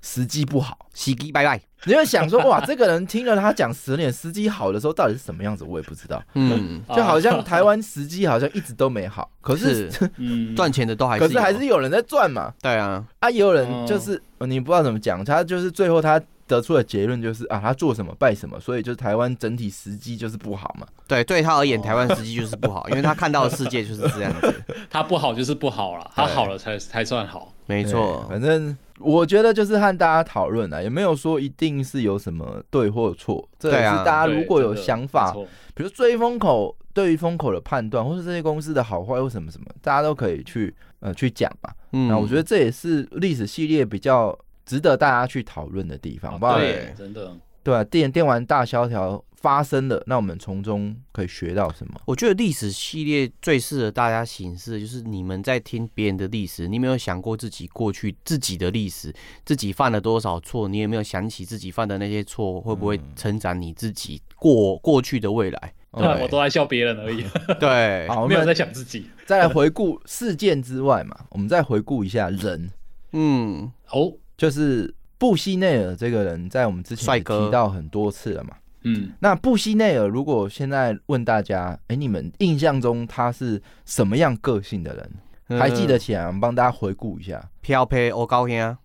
S4: 时机不好。
S5: 喜极拜拜，
S4: 你会想说，哇，这个人听了他讲十年时机好的时候到底是什么样子，我也不知道。
S5: 嗯，
S4: 就好像
S2: 啊
S4: 台湾时机好像一直都没好， *laughs* 可是
S5: 是
S2: 嗯
S5: 赚钱的都还是
S4: 可
S5: 有，啊
S4: 是还是有人在赚嘛。
S5: 对啊，
S4: 啊，也有人就是、呃你不知道怎么讲，他就是最后他得出的结论就是啊，他做什么拜什么，所以就是台湾整体时机就是不好嘛。
S5: 对，对他而言，
S2: 哦
S5: 台湾时机就是不好，因为他看到的世界就是这样
S4: *laughs*
S5: 子，
S2: 它不好就是不好了，它
S5: 对
S2: 好了才才算好。
S5: 没
S4: 对
S5: 错，
S4: 反正我觉得就是和大家讨论啊，也没有说一定是有什么对或错，这也
S5: 对
S4: 是
S5: 啊
S4: 大家
S2: 对
S4: 如果
S2: 真
S4: 有
S2: 的
S4: 想法，
S2: 没错
S4: 比如追风口对于风口的判断，或是这些公司的好坏或什么什么，大家都可以去呃去讲嘛。
S5: 嗯，
S4: 那我觉得这也是历史系列比较值得大家去讨论的地方，
S2: 啊
S4: 包括
S2: 对，真的，
S4: 对啊，电电玩大萧条发生了，那我们从中可以学到什么？
S5: 我觉得历史系列最适合大家形式，就是你们在听别人的历史，你有没有想过自己过去自己的历史，自己犯了多少错？你有没有想起自己犯的那些错，会不会成长你自己过过去的未来？
S4: OK
S2: *laughs* 我都在笑别人而已，
S5: 对，
S4: *laughs* 好，我
S2: 没有在
S4: 们
S2: 想自己。
S4: 再来回顾事件之外嘛，我们再回顾一下人，
S5: 嗯，
S2: 哦，
S4: 就是布希内尔这个人，在我们之前
S5: 帅
S4: 也
S5: 哥
S4: 提到很多次了嘛。
S2: 嗯，
S4: 那布希内尔，如果现在问大家，哎、你们印象中他是什么样个性的人？还记得
S5: 嗯
S4: 起来吗？我们帮大家回顾一下，
S5: 飘飘欧高天啊？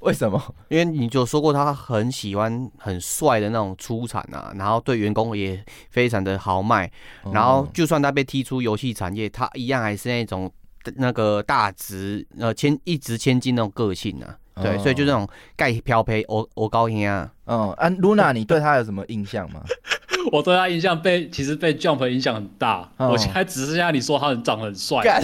S4: 为什么？
S5: 因为你就说过他很喜欢很帅的那种出产啊，然后对员工也非常的豪迈，
S4: 哦
S5: 然后就算他被踢出游戏产业，他一样还是那种那个大值呃千一值千金那种个性啊。对，
S4: 哦
S5: 所以就那种盖漂培我我高音啊，
S4: 嗯，安露娜，你对他有什么印象吗？
S2: 我对他印象被其实被 Jump 影响很大，
S4: 哦
S2: 我现在只剩下你说他很长得很帅，
S4: 干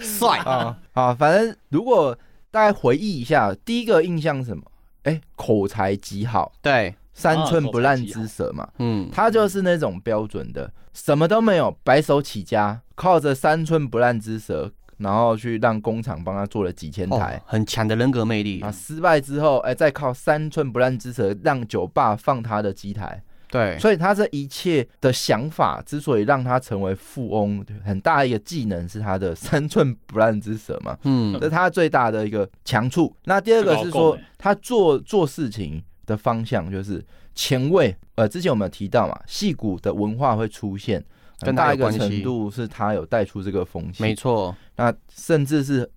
S5: 帅
S4: 啊啊，反正如果大概回忆一下，第一个印象是什么？哎、口才极好，
S5: 对，
S4: 三
S2: 啊
S4: 寸
S2: 口
S4: 不
S2: 才
S4: 烂
S2: 极
S4: 之
S2: 好
S4: 舌嘛。
S5: 嗯，
S4: 他就是那种标准的，什么都没有，白手起家，靠着三寸不烂之舌，然后去让工厂帮他做了几千台
S5: 哦。很强的人格魅力
S4: 啊，，失败之后，哎、再靠三寸不烂之舌让酒吧放他的机台，
S5: 对，
S4: 所以他这一切的想法之所以让他成为富翁，很大一个技能是他的三寸不烂之舌嘛，
S5: 嗯
S4: *laughs* 这是他最大的一个强处。那第二个是
S2: 这个好
S4: 说
S2: 共欸，
S4: 他做做事情的方向就是前卫。呃，之前我们有提到嘛，戏骨的文化会出现很
S5: 跟他
S4: 大
S5: 有
S4: 一个
S5: 关
S4: 程
S5: 系
S4: 度是他有带出这个风气，
S5: 没错，
S4: 那甚至是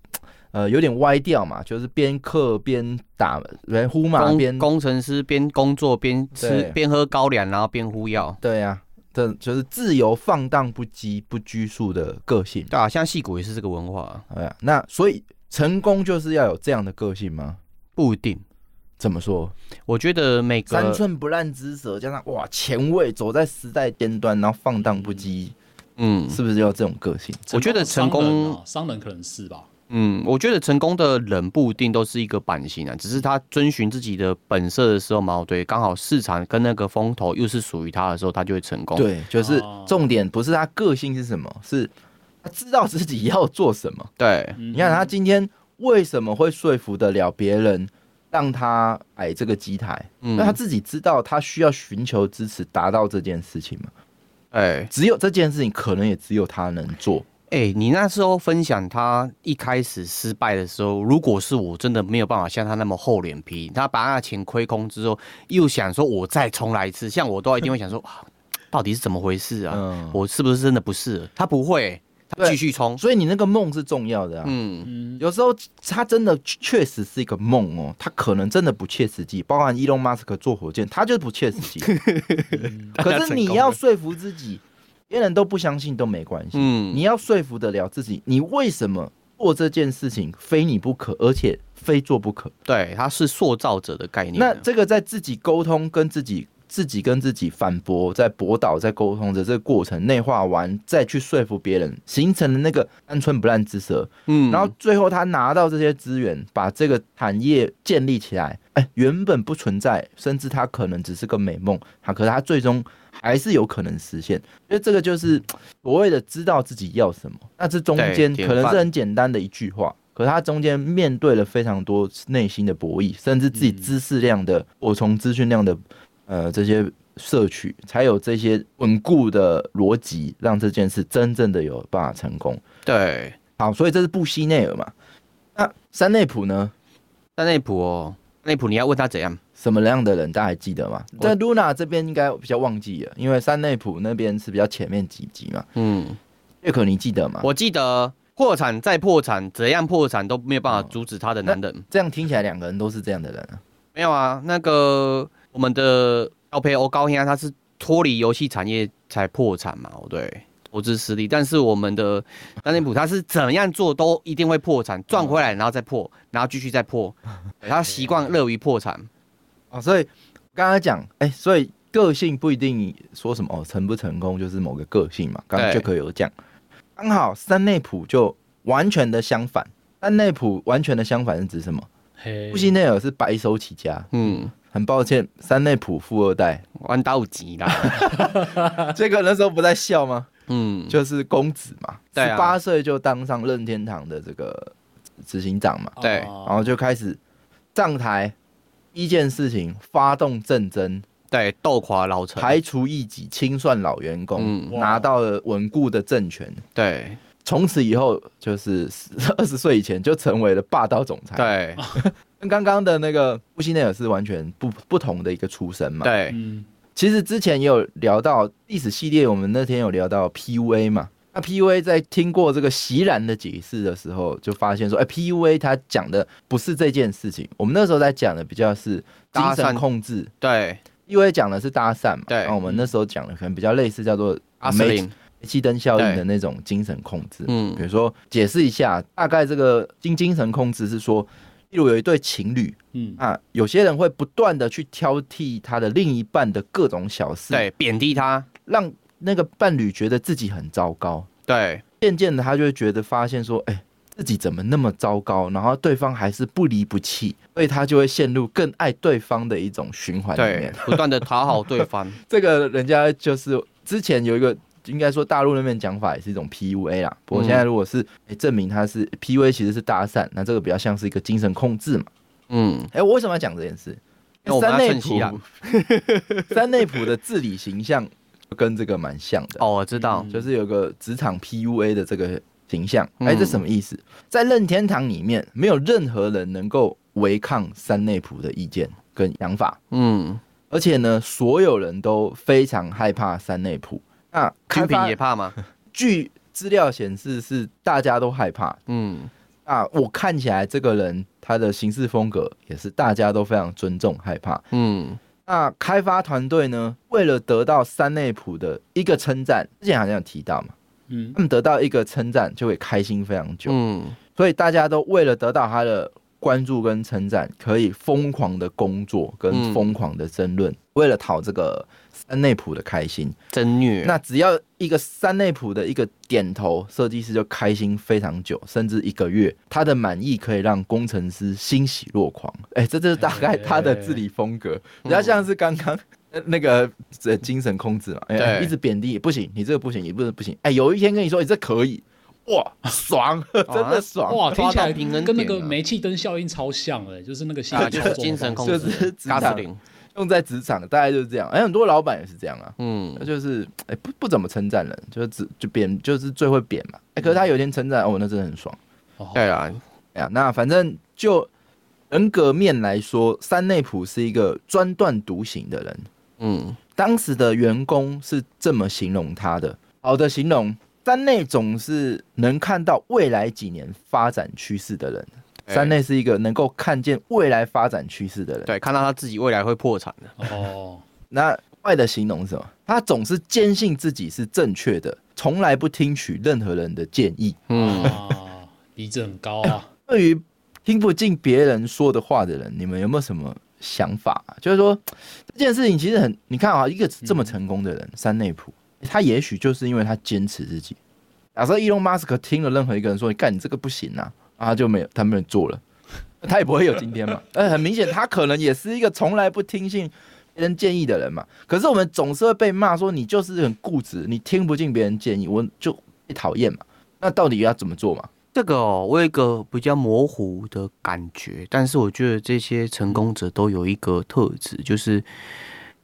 S4: 呃有点歪掉嘛，就是边刻边打，人呼马边
S5: 工工程师边工作边吃
S4: 对
S5: 边喝高粱，然后边呼药，
S4: 对呀、这就是自由放荡不羁、不拘束的个性。
S5: 对啊，像戏骨也是这个文化，啊
S4: 哎呀，那所以成功就是要有这样的个性吗？
S5: 不一定。
S4: 怎么说？
S5: 我觉得每
S4: 三
S5: 个
S4: 寸不烂之舌，加上哇前卫，走在时代尖端，然后放荡不羁，
S5: 嗯
S4: 是不是要这种个性？
S5: 我觉得成功
S2: 商人,、啊、商人可能是吧，
S5: 嗯，我觉得成功的人不一定都是一个版型啊，只是他遵循自己的本色的时候嘛，哦对，刚好市场跟那个风头又是属于他的时候，他就会成功。，
S4: 对，就是
S2: 哦
S4: 重点不是他个性是什么，是他知道自己要做什么。
S5: 对，
S2: 你
S4: 你看他今天为什么会说服得了别人，让他矮这个机台？
S5: 嗯
S4: 那他自己知道他需要寻求支持，达到这件事情嘛？
S5: 哎
S4: 只有这件事情，可能也只有他能做。
S5: 哎，你那时候分享他一开始失败的时候，如果是我真的没有办法像他那么厚脸皮，他把他的钱亏空之后，又想说我再重来一次，像我都一定会想说，啊到底是怎么回事啊？
S4: 嗯
S5: 我是不是真的不适合？他不会，他
S4: 对
S5: 继续冲。
S4: 所以你那个梦是重要的啊。
S5: 嗯，
S2: 嗯，
S4: 有时候他真的确实是一个梦哦，他可能真的不切实际。包含伊隆马斯克做火箭，他就是不切实
S5: *laughs*
S4: 际。可是你要说服自己，别人都不相信都没关系。
S5: 嗯
S4: 你要说服得了自己，你为什么做这件事情非你不可，而且非做不可？
S5: 对，他是塑造者的概念啊。
S4: 那这个在自己沟通跟自己。自己跟自己反驳，在驳倒，在沟通的这个过程内化完，再去说服别人，形成了那个三寸不烂之舌。
S5: 嗯
S4: 然后最后他拿到这些资源，把这个产业建立起来。哎，原本不存在，甚至他可能只是个美梦，他可是他最终还是有可能实现。因为这个就是所谓的知道自己要什么。那这中间
S5: 对
S4: 可能
S5: 典
S4: 是
S5: 范
S4: 很简单的一句话，可是他中间面对了非常多内心的博弈，甚至自己知识量的补充、资讯量的呃这些摄取，才有这些稳固的逻辑，让这件事真正的有办法成功。
S5: 对，
S4: 好，所以这是布希内尔嘛。那山内普呢？
S5: 但内普哦，内普你要问他怎样？
S4: 什么样的人大家还记得吗？
S5: 我
S4: 但露娜这边应该比较忘记了，因为山内普那边是比较前面几集嘛。
S5: 嗯，
S4: 瑞可你记得吗？
S5: 我记得破产再破产，怎样破产都没有办法阻止他的男人。
S4: 这样听起来两个人都是这样的人啊。
S5: 没有啊，那个我们的奥培欧高兴啊，他是脱离游戏产业才破产嘛，哦对。投资失利，但是我们的 *laughs* 丹内普他是怎样做都一定会破产，赚回来然后再破，然后继续再破，对他习惯乐于破产。
S4: 哦，所以刚刚讲，哎、所以个性不一定说什么哦，成不成功就是某个个性嘛。刚刚
S5: 对
S4: Jack 有讲，刚好山内普就完全的相反。山内普完全的相反是指什么？
S2: 嘿
S4: 布希内尔是白手起家，
S5: 嗯，
S4: 很抱歉，三内普富二代，
S5: 玩到极啦。
S4: 这个那时候不在笑吗？
S5: *laughs* 嗯，
S4: 就是公子嘛，
S5: 对
S4: 十
S5: 啊
S4: 八岁就当上任天堂的这个执行长嘛，
S5: 对
S2: 哦
S4: 然后就开始上台，一件事情发动战争，
S5: 对，斗垮老陈。
S4: 排除异己，清算老员工，
S5: 嗯，
S2: 哇
S4: 拿到了稳固的政权。
S5: 对
S4: 从此以后，就是二十岁以前就成为了霸道总裁。，
S5: 对
S4: 跟刚刚的那个布希内尔是完全不不同的一个出身嘛。，
S5: 对，
S2: 嗯，
S4: 其实之前也有聊到历史系列，我们那天有聊到 PUA 嘛。那 PUA 在听过这个席然的解释的时候，就发现说，哎、p u a 他讲的不是这件事情。我们那时候在讲的比较是精
S5: 搭
S4: 神
S5: 讪
S4: 控制
S5: 对，
S4: ，PUA 讲的是搭讪嘛。
S5: 对
S4: 然后我们那时候讲的可能比较类似叫做
S5: 阿斯林，
S4: 煤气灯效应
S5: 对
S4: 的那种精神控制。
S5: 嗯
S4: 比如说解释一下，大概这个精精神控制是说，例如有一对情侣
S2: 嗯，
S4: 啊，有些人会不断的去挑剔他的另一半的各种小事，
S5: 对，贬低他，
S4: 让那个伴侣觉得自己很糟糕。
S5: 对
S4: 渐渐的，他就会觉得发现说，哎、自己怎么那么糟糕？然后对方还是不离不弃，所以他就会陷入更爱对方的一种循环里
S5: 对
S4: 面。，
S5: 不断的讨好对方，
S4: 这个人家就是之前有一个。应该说，大陆那边讲法也是一种 PUA 啦。不过现在如果是、哎证明他是 PUA，其实是搭讪，那这个比较像是一个精神控制嘛。
S5: *laughs* 嗯，
S4: 哎、我为什么要讲这件事？
S5: 那我们
S4: 三
S5: 要
S4: 内
S5: 趁机啊
S4: 普，三内普的治理形象跟这个蛮像的。
S5: 哦，我知道，
S4: 就是有个职场 PUA 的这个形象。
S5: 嗯
S4: 哎、这什么意思？在任天堂里面，没有任何人能够违抗山内普的意见跟想法，
S5: 嗯，
S4: 而且呢，所有人都非常害怕山内普。那开
S5: 军品
S4: 发
S5: 也怕吗？
S4: 据资料显示是大家都害怕。
S5: *laughs* 嗯，
S4: 啊，我看起来这个人他的行事风格也是大家都非常尊重害怕。
S5: 嗯，
S4: 那开发团队呢，为了得到山内普的一个称赞，之前好像有提到嘛，
S2: 嗯，
S4: 他们得到一个称赞就会开心非常久，
S5: 嗯，
S4: 所以大家都为了得到他的关注跟称赞，可以疯狂的工作跟
S5: 嗯
S4: 疯狂的争论，为了讨这个三内普的开心。
S5: 真虐，
S4: 那只要一个三内普的一个点头，设计师就开心非常久，甚至一个月。他的满意可以让工程师欣喜若狂。哎、这就是大概他的治理风格，比较像是刚刚。呃那个呃精神控制嘛，哎、
S5: 对
S4: 一直贬低，不行，你这个不行，你不能不行。哎、有一天跟你说，你这可以，哇，爽， *laughs* 真的爽，
S2: 哇，听起
S5: 抓
S2: 来
S5: 到平衡
S2: 跟那
S5: 点
S2: 个
S5: 了
S2: 煤气灯效应超像哎，就是那个心理
S5: 啊，就是
S2: 操作
S5: 精
S2: 方
S5: 神控
S2: 式
S5: 制，
S4: 就是职
S5: 阿斯
S4: 场
S5: 林，
S4: 用在职场大概就是这样。哎、很多老板也是这样啊，
S5: 嗯
S4: 他，就是哎、不不怎么称赞人，就是只就贬，就是最会贬嘛。哎、可是他有一天称赞，哦，那真的很爽。
S2: 哦
S5: 对啊，
S4: 哎呀，那反正就人格面来说，山内普是一个专断独行的人。
S5: 嗯，
S4: 当时的员工是这么形容他的：好的形容，山内总是能看到未来几年发展趋势的人。
S5: 对
S4: 山内是一个能够看见未来发展趋势的人。
S5: 对，看到他自己未来会破产的，
S2: 哦，
S4: 那坏的形容是什么？他总是坚信自己是正确的，从来不听取任何人的建议。
S5: 嗯，
S2: 啊，鼻子很高
S5: *coughs*
S2: 啊，
S4: 对于听不进别人说的话的人，你们有没有什么想法、啊？就是说这件事情其实很，你看啊，一个这么成功的人，山内普，他也许就是因为他坚持自己。假设伊隆马斯克听了任何一个人说“你干你这个不行啊”，啊，他就没有他没有做了，他也不会有今天嘛。 *laughs* 但很明显，他可能也是一个从来不听信别人建议的人嘛。可是我们总是会被骂说你就是很固执，你听不进别人建议，我就被讨厌嘛。那到底要怎么做嘛？
S5: 这个哦，我有一个比较模糊的感觉，但是我觉得这些成功者都有一个特质，就是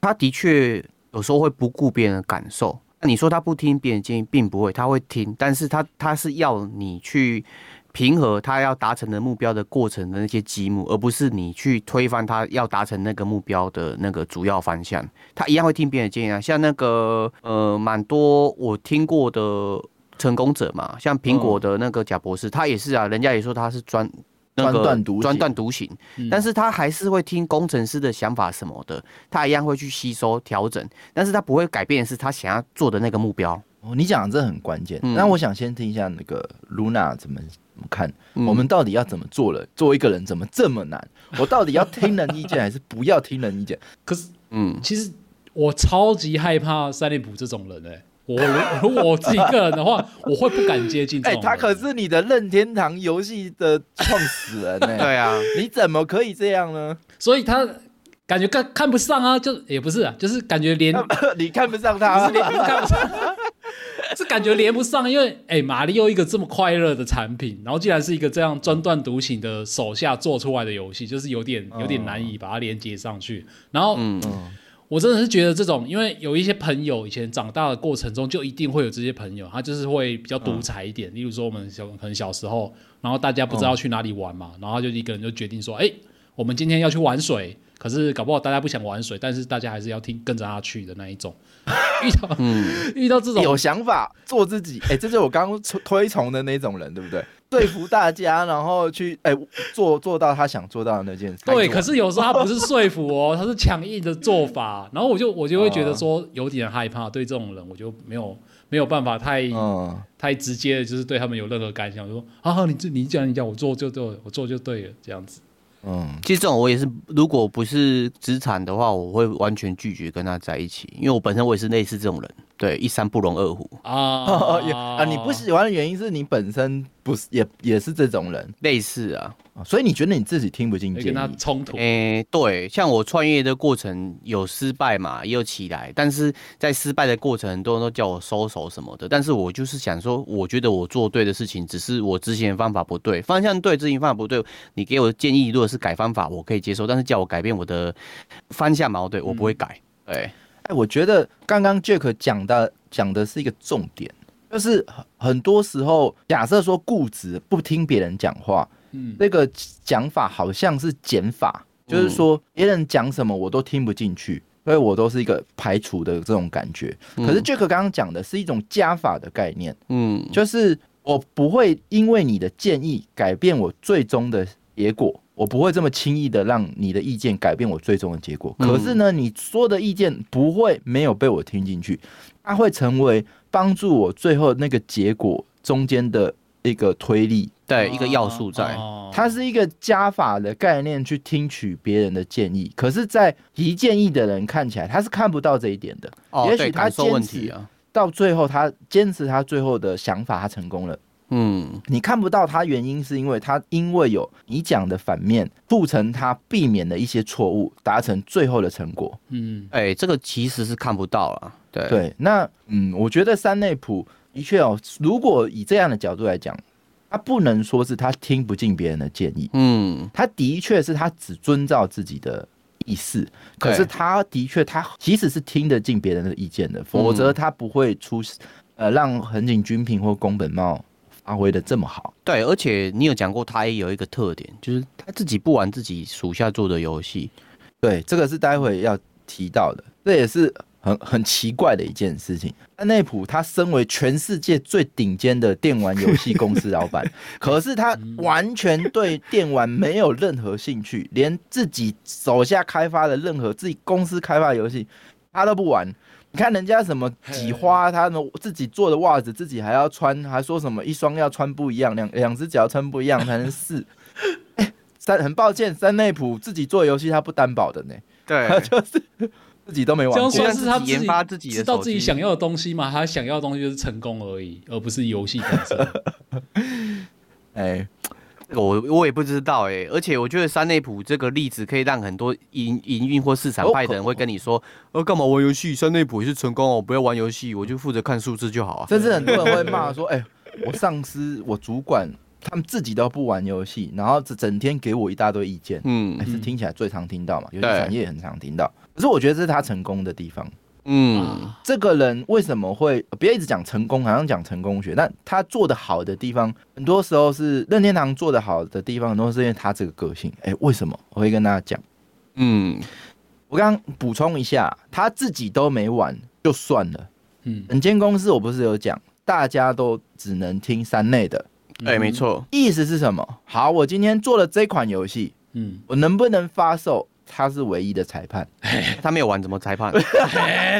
S5: 他的确有时候会不顾别人的感受。那你说他不听别人建议，并不会，他会听，但是他他是要你去平和他要达成的目标的过程的那些积木，而不是你去推翻他要达成那个目标的那个主要方向。他一样会听别人的建议啊，像那个呃，蛮多我听过的成功者嘛，像苹果的那个贾博士，他也是啊，人家也说他是专。那
S4: 专
S5: 个
S4: 断独行
S5: 专断独行，
S2: 嗯
S5: 但是他还是会听工程师的想法什么的，他一样会去吸收调整，但是他不会改变的是他想要做的那个目标。
S4: 哦，你讲的这很关键。
S5: 嗯
S4: 那我想先听一下那个 Luna 怎么怎么看，
S5: 嗯
S4: 我们到底要怎么做了？做一个人怎么这么难？我到底要听人意
S5: *laughs*
S4: 见还是不要听人意见？
S2: 可是
S5: 嗯，
S2: 其实我超级害怕三内普这种人哎、我如 *laughs* 如果我自己一个人的话，我会不敢接近这
S4: 哎、
S2: 种人。欸
S4: 他可是你的任天堂游戏的创始人呢、
S5: 对啊，
S4: 你怎么可以这样呢？ *laughs*
S2: 所以他感觉看看不上啊，就也不是啊，就是感觉连
S4: 你看不上他
S2: 是，连看不上， *laughs* 是感觉连不上，因为哎、马里奥一个这么快乐的产品，然后竟然是一个这样专断独行的手下做出来的游戏，就是有点有点难以把它连接上去。然后，我真的是觉得这种，因为有一些朋友以前长大的过程中，就一定会有这些朋友，他就是会比较独裁一点。例如说，我们小可能小时候，然后大家不知道去哪里玩嘛，然后他就一个人就决定说，哎、我们今天要去玩水。可是搞不好大家不想玩水，但是大家还是要听跟着他去的那一种。 *laughs* 遇到、遇到这种
S4: 有想法，做自己。哎、这就是我刚刚推推崇的那种人，对不对？说服大家，然后去哎、做做到他想做到的那件事。
S2: 对，可是有时候他不是说服哦，他是强硬的做法，然后我就我就会觉得说有点害怕，对这种人我就没有没有办法太、
S4: 嗯，
S2: 太直接，就是对他们有任何感想，我说啊，你这你讲你讲，我做就对了，我做就对了，这样子。
S4: 嗯，
S5: 其实这种我也是，如果不是资产的话，我会完全拒绝跟他在一起，因为我本身我也是类似这种人，对，一山不容二虎，
S2: 啊、
S4: 哦也啊，你不喜欢的原因是你本身不是也也是这种人，
S5: 类似啊，
S4: 啊所以你觉得你自己听不进
S2: 会
S4: 建
S2: 跟他
S4: 议。
S2: 冲突？
S5: 诶、对，像我创业的过程有失败嘛，也有起来，但是在失败的过程，很多人都叫我收手什么的，但是我就是想说，我觉得我做对的事情，只是我执行的方法不对，方向对，执行方法不对。你给我的建议，如果是改方法，我可以接受，但是叫我改变我的方向嘛，对我不会
S4: 嗯
S5: 改。对，
S4: 哎、我觉得刚刚 Jack 讲的讲的是一个重点，就是很很多时候，假设说固执不听别人讲话，
S2: 嗯，
S4: 那个讲法好像是减法，就是说别人讲什么我都听不进去，所以我都是一个排除的这种感觉。可是 Jack 刚刚讲的是一种加法的概念，
S5: 嗯，
S4: 就是我不会因为你的建议改变我最终的结果，我不会这么轻易的让你的意见改变我最终的结果。
S5: 嗯
S4: 可是呢，你说的意见不会没有被我听进去，它会成为帮助我最后那个结果中间的一个推力。
S5: 对，一个要素在，
S2: 啊哦
S4: 它是一个加法的概念去听取别人的建议，可是，在提建议的人看起来，他是看不到这一点的。
S5: 哦，
S4: 也
S5: 对
S4: 许他
S5: 感受问
S4: 坚
S5: 题
S4: 持
S5: 啊，
S4: 到最后，他坚持他最后的想法，他成功了。
S5: 嗯
S4: 你看不到他原因，是因为他因为有你讲的反面，促成他避免了一些错误，达成最后的成果。
S2: 嗯，
S5: 哎、这个其实是看不到啊，对，
S4: 对，那嗯，我觉得山内普的确哦，如果以这样的角度来讲，他不能说是他听不进别人的建议，
S5: 嗯，
S4: 他的确是他只遵照自己的意思，
S5: 对
S4: 可是他的确他其实是听得进别人的意见的，否则他不会出、呃让横井军平或宫本茂发挥的这么好。
S5: 对，而且你有讲过，他也有一个特点，就是他自己不玩自己属下做的游戏。
S4: 对，这个是待会要提到的，这也是很很奇怪的一件事情。安内普他身为全世界最顶尖的电玩游戏公司老板，可是他完全对电玩没有任何兴趣，连自己手下开发的任何自己公司开发的游戏他都不玩。你看人家什么几花，他们自己做的袜子，自己还要穿，还说什么一双要穿不一样，两两只脚穿不一样才能试。哎三很抱歉，三内普自己做游戏他不担保的呢，
S5: *laughs* 对
S4: 他就是自己都没
S2: 这
S4: 玩
S2: 样
S4: 过
S2: 算。是他
S5: 自己研发自己的
S2: 知道自己
S5: 手机
S2: 想要的东西嘛？他想要的东西就是成功而已，而不是游戏本身。
S4: 哎，
S5: 我我也不知道哎、而且我觉得山内普这个例子可以让很多营营运或市场派的人会跟你说，呃，干嘛玩游戏？山内普也是成功哦，不要玩游戏，我就负责看数字就好啊。
S4: 甚至很多人会骂说：“哎，我上司、我主管他们自己都不玩游戏，然后整整天给我一大堆意见。”
S5: 嗯
S4: 哎，是听起来最常听到嘛，游戏
S5: 对
S4: 产业也很常听到。可是我觉得这是他成功的地方。
S5: *laughs* 嗯，
S4: 这个人为什么会呃别一直讲成功，好像讲成功学，但他做的好的地方，很多时候是任天堂做的好的地方，很多是因为他这个个性。哎，为什么？我会跟大家讲。
S5: 嗯，
S4: 我刚刚补充一下，他自己都没玩就算了。
S2: 嗯，
S4: 整间公司我不是有讲，大家都只能听山内的，
S5: 哎、没错，
S4: 意思是什么？好，我今天做了这款游戏，
S2: 嗯，
S4: 我能不能发售？他是唯一的裁判，
S5: 他没有玩怎么裁判？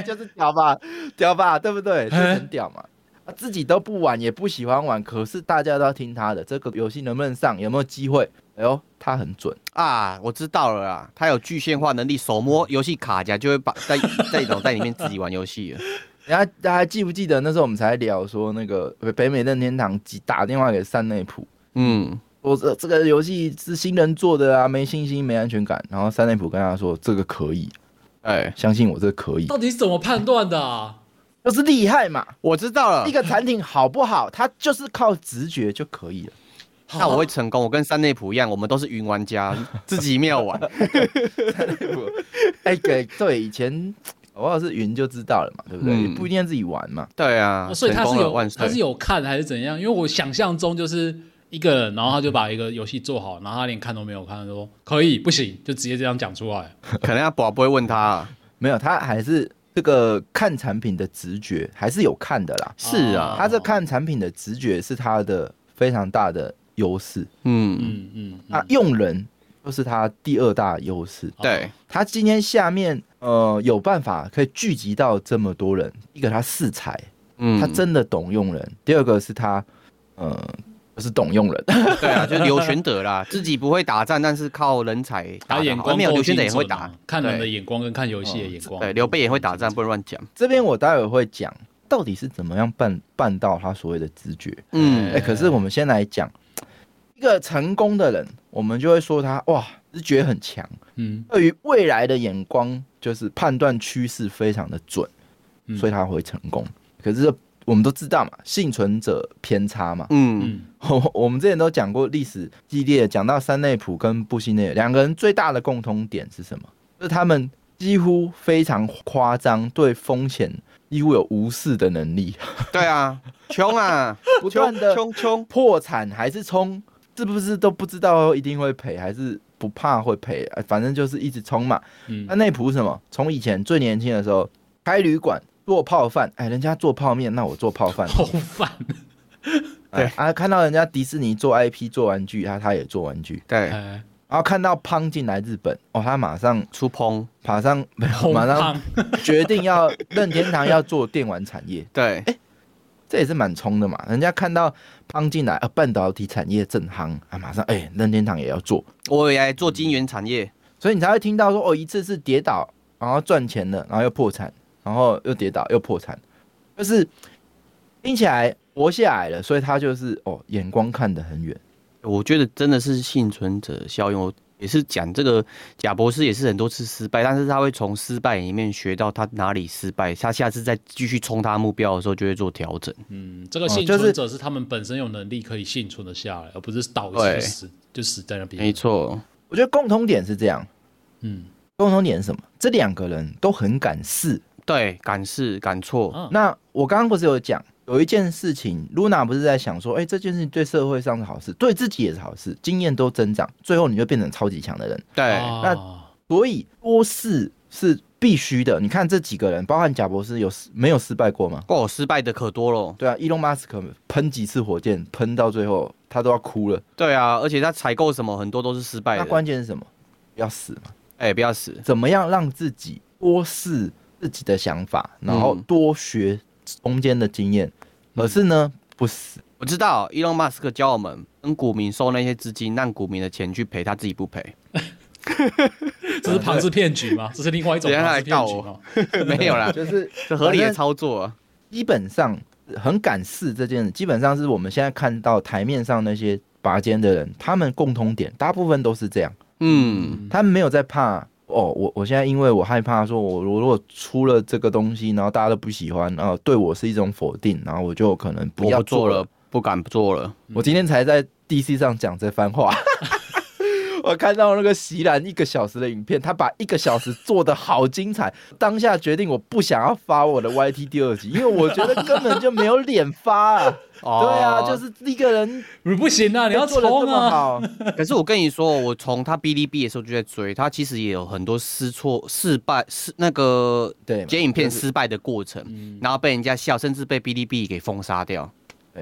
S4: 就是屌吧，屌吧，对不对？就很屌嘛。他自己都不玩，也不喜欢玩，可是大家都要听他的。这个游戏能不能上，有没有机会？哎呦，他很准。
S5: 啊，我知道了啦，他有具现化能力，手摸游戏卡夹就会把在在脑袋里面自己玩游戏了。
S4: 然后大家记不记得那时候我们才聊说那个北美任天堂打电话给山内普，
S5: 嗯，
S4: 我这这个游戏是新人做的啊，没信心，没安全感。然后三内普跟他说这个可以，
S5: 哎，
S4: 相信我，这个可以，
S2: 到底是怎么判断的、啊？
S4: 就是厉害嘛。
S5: 我知道了
S4: 一，个产品好不好，它就是靠直觉就可以了。 *laughs*
S2: 啊
S5: 那我会成功。我跟山内普一样，我们都是云玩
S2: *laughs*
S5: 家，自己妙玩。
S4: 哎、给对以前我要是云就知道了嘛，对不对？
S5: 嗯
S4: 也不一定要自己玩嘛。
S5: 对啊，
S2: 哦所以他
S5: 成
S2: 是
S5: 功了
S2: 有
S5: 万
S2: 他
S5: 岁
S2: 是。有看还是怎样？因为我想象中就是一个人，然后他就把一个游戏做好，然后他连看都没有看，他说可以不行，就直接这样讲出来。
S5: 可能他宝不会问他啊。
S4: 没有，他还是这个看产品的直觉还是有看的啦。
S5: 是
S2: 哦
S5: 啊，
S4: 他这看产品的直觉是他的非常大的优势，
S5: 嗯，
S2: 嗯嗯，
S4: 那用人就是他第二大优势。
S5: 对，
S4: 他今天下面呃有办法可以聚集到这么多人，一个他适才，
S5: 嗯，
S4: 他真的懂用人；第二个是他呃就是懂用人，
S5: 对啊，就是刘玄
S2: *laughs*
S5: 德啦，自己不会打仗，但是靠人才打
S2: 他
S5: 得
S2: 眼
S5: 好哦
S2: 光
S5: 啊没有
S2: 够
S5: 刘玄
S2: 精
S5: 德也会
S2: 准啊
S5: 打，
S2: 看人的
S5: 对嗯
S2: 眼光跟看游戏的眼光。
S5: 对，刘备也会打仗，不能乱讲。
S4: 这边我待会会讲到底是怎么样办办到他所谓的直觉。
S5: 嗯
S4: 哎、可是我们先来讲一个成功的人，我们就会说他哇，直觉很强，
S2: 嗯，
S4: 对于未来的眼光就是判断趋势非常的准，
S2: 嗯
S4: 所以他会成功。可是我们都知道嘛，幸存者偏差嘛。
S5: 嗯，
S2: 嗯
S4: 我 *laughs* 我们之前都讲过历史系列，讲到山内普跟布希内尔两个人最大的共通点是什么？就是他们几乎非常夸张，对风险几乎有无视的能力， *laughs*
S5: 对
S2: 嗯
S5: 啊，穷啊，
S4: 不断
S5: 穷
S4: 的
S5: 穷穷，
S4: 破产还是冲，是不是都不知道一定会赔，还是不怕会赔？呃反正就是一直冲嘛。
S2: 嗯
S4: 那内普是什么？从以前最年轻的时候开旅馆做泡饭，哎，人家做泡面，那我做泡 *laughs* 饭。
S2: 好烦。
S4: 哎啊，看到人家迪士尼做 IP 做玩具，啊他他也做玩具。
S5: 对，
S2: 哎，
S4: 然后看到胖进来日本，哦，他马上
S5: 出烹，
S4: 马上没有 *laughs*
S2: 红
S4: 马上
S2: 胖
S4: 决定要 *laughs* 任天堂要做电玩产业，
S5: 对，
S4: 这也是蛮冲的嘛。人家看到胖进来，啊，半导体产业正夯啊，马上哎、任天堂也要做。
S5: 我也来做金源产业，
S4: 所以你才会听到说，哦，一次是跌倒，然后赚钱了，然后又破产，然后又跌倒又破产，就是听起来活下来了，所以他就是哦，眼光看得很远。
S5: 我觉得真的是幸存者效应。我也是讲这个贾博士也是很多次失败，但是他会从失败里面学到他哪里失败，他下次再继续冲他目标的时候就会做调整。
S2: 嗯，这个
S4: 哦
S2: 幸
S4: 就是
S2: 存者是他们本身有能力可以幸存的下来，而不是倒
S5: 对
S2: 一次死就死在那边。
S5: 错，
S4: 我觉得共通点是这样，
S2: 嗯，
S4: 共通点是什么？这两个人都很敢试。
S5: 对，敢试敢错，
S2: 啊
S4: 那我刚刚不是有讲，有一件事情，Luna 不是在想说，哎、这件事情对社会上是好事，对自己也是好事，经验都增长，最后你就变成超级强的人。
S5: 对，
S4: 那
S2: 啊
S4: 所以多试是必须的。你看这几个人，包含贾博士有失没有失败过吗？
S5: 哦，失败的可多了。
S4: 对啊，伊隆马斯克喷几次火箭，喷到最后他都要哭了。
S5: 对啊，而且他采购什么很多都是失败
S4: 那
S5: 的。
S4: 关键是什么？要死嘛？
S5: 哎、不要死，
S4: 怎么样让自己多试自己的想法，然后
S5: 嗯
S4: 多学中间的经验？可是呢，不死。
S5: 我知道 Elon Musk 教我们跟股民收那些资金，让股民的钱去赔，他自己不赔。 *laughs*
S2: 这是庞氏骗局吗？这是另外一种
S5: 人家
S2: 庞
S5: 来
S2: 氏骗
S5: 告
S2: 局
S5: 我
S2: 吗？
S5: 没
S4: *laughs*
S5: 有啦，
S4: 就是
S5: 这合理
S4: 反正
S5: 的操作啊。
S4: 基本上很敢试这件事，基本上是我们现在看到台面上那些拔尖的人，他们共通点大部分都是这样。
S5: 嗯，
S4: 他们没有在怕哦，我我现在因为我害怕，说我我如果出了这个东西，然后大家都不喜欢，然后对我是一种否定，然后我就可能不
S5: 我
S4: 要
S5: 不做
S4: 了
S5: 了。，不敢做了。
S4: 我今天才在 DC 上讲这番话。 *laughs* 我看到那个席兰一个小时的影片，他把一个小时做的好精彩。当下决定我不想要发我的 YT 第二集，因为我觉得根本就没有脸发啊。对啊，
S5: *laughs* 哦
S4: 就是一个人哎
S2: 你不行啊，你要
S4: 做的这
S2: 冲
S4: 么
S2: 啊！
S4: 好，
S5: 可是我跟你说，我从他哔哩哔哩的时候就在追他，其实也有很多试错、失败、失那个 *laughs*
S4: 对嘛
S5: 剪影片
S4: 就是嗯
S5: 失败的过程，然后被人家笑，甚至被哔哩哔哩给封杀掉。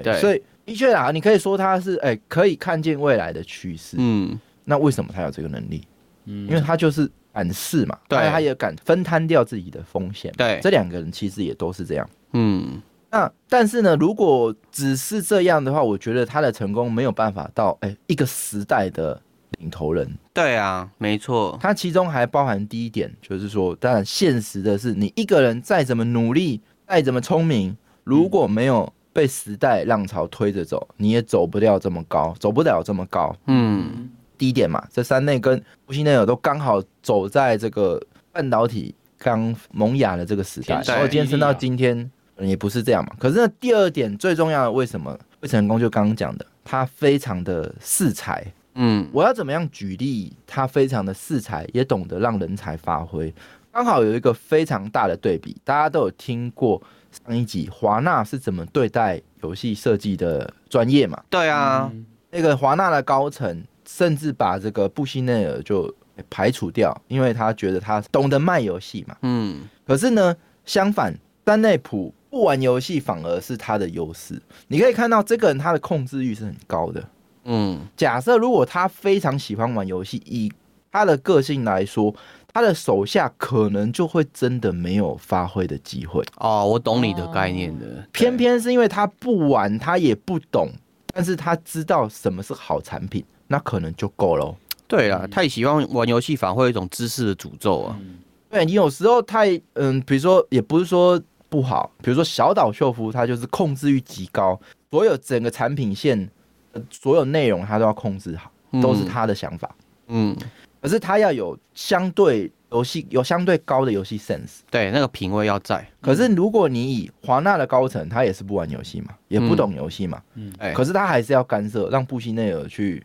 S5: 对
S4: 所以的确啊，你可以说他是哎、可以看见未来的趋势。
S5: 嗯，
S4: 那为什么他有这个能力？
S2: 嗯
S4: 因为他就是敢试嘛，
S5: 对
S4: 他他也敢分摊掉自己的风险嘛。
S5: 对
S4: 这两个人其实也都是这样。
S5: 嗯，
S4: 那但是呢，如果只是这样的话，我觉得他的成功没有办法到哎、一个时代的领头人。
S5: 对啊，没错，
S4: 他其中还包含第一点，就是说，当然现实的是，你一个人再怎么努力，再怎么聪明，如果没有被时代浪潮推着走，你也走不掉这么高，走不了这么高。
S5: 嗯
S4: 低点嘛，这三内跟布希内尔都刚好走在这个半导体刚萌芽的这个时代，
S2: 天
S5: 才
S4: 然后今天升到今天、嗯也不是这样嘛。可是那第二点最重要的，为什么会成功？就刚刚讲的，它非常的适才。
S5: 嗯
S4: 我要怎么样举例？它非常的适才，也懂得让人才发挥。刚好有一个非常大的对比，大家都有听过上一集华纳是怎么对待游戏设计的专业嘛？
S5: 对啊，
S2: 嗯
S4: 那个华纳的高层甚至把这个布希内尔就排除掉，因为他觉得他懂得卖游戏嘛。
S5: 嗯
S4: 可是呢，相反，丹内普不玩游戏反而是他的优势。你可以看到这个人他的控制欲是很高的。
S5: 嗯
S4: 假设如果他非常喜欢玩游戏，以他的个性来说，他的手下可能就会真的没有发挥的机会。
S5: 哦，我懂你的概念的，
S4: 偏偏是因为他不玩，他也不懂，但是他知道什么是好产品，那可能就够了哦。
S5: 对啊，太喜欢玩游戏，反而会有一种知识的诅咒啊。
S2: 嗯
S4: 对你有时候太嗯，比如说也不是说不好，比如说小岛秀夫他就是控制欲极高，所有整个产品线、呃所有内容他都要控制好，都是他的想法。
S5: 嗯，
S4: 可是他要有相对游戏有相对高的游戏 sense。
S5: 对，那个品味要在，
S4: 可是如果你以华纳的高层，他也是不玩游戏嘛，也不懂游戏嘛，
S5: 哎，
S4: 可是他还是要干涉，让布希内尔去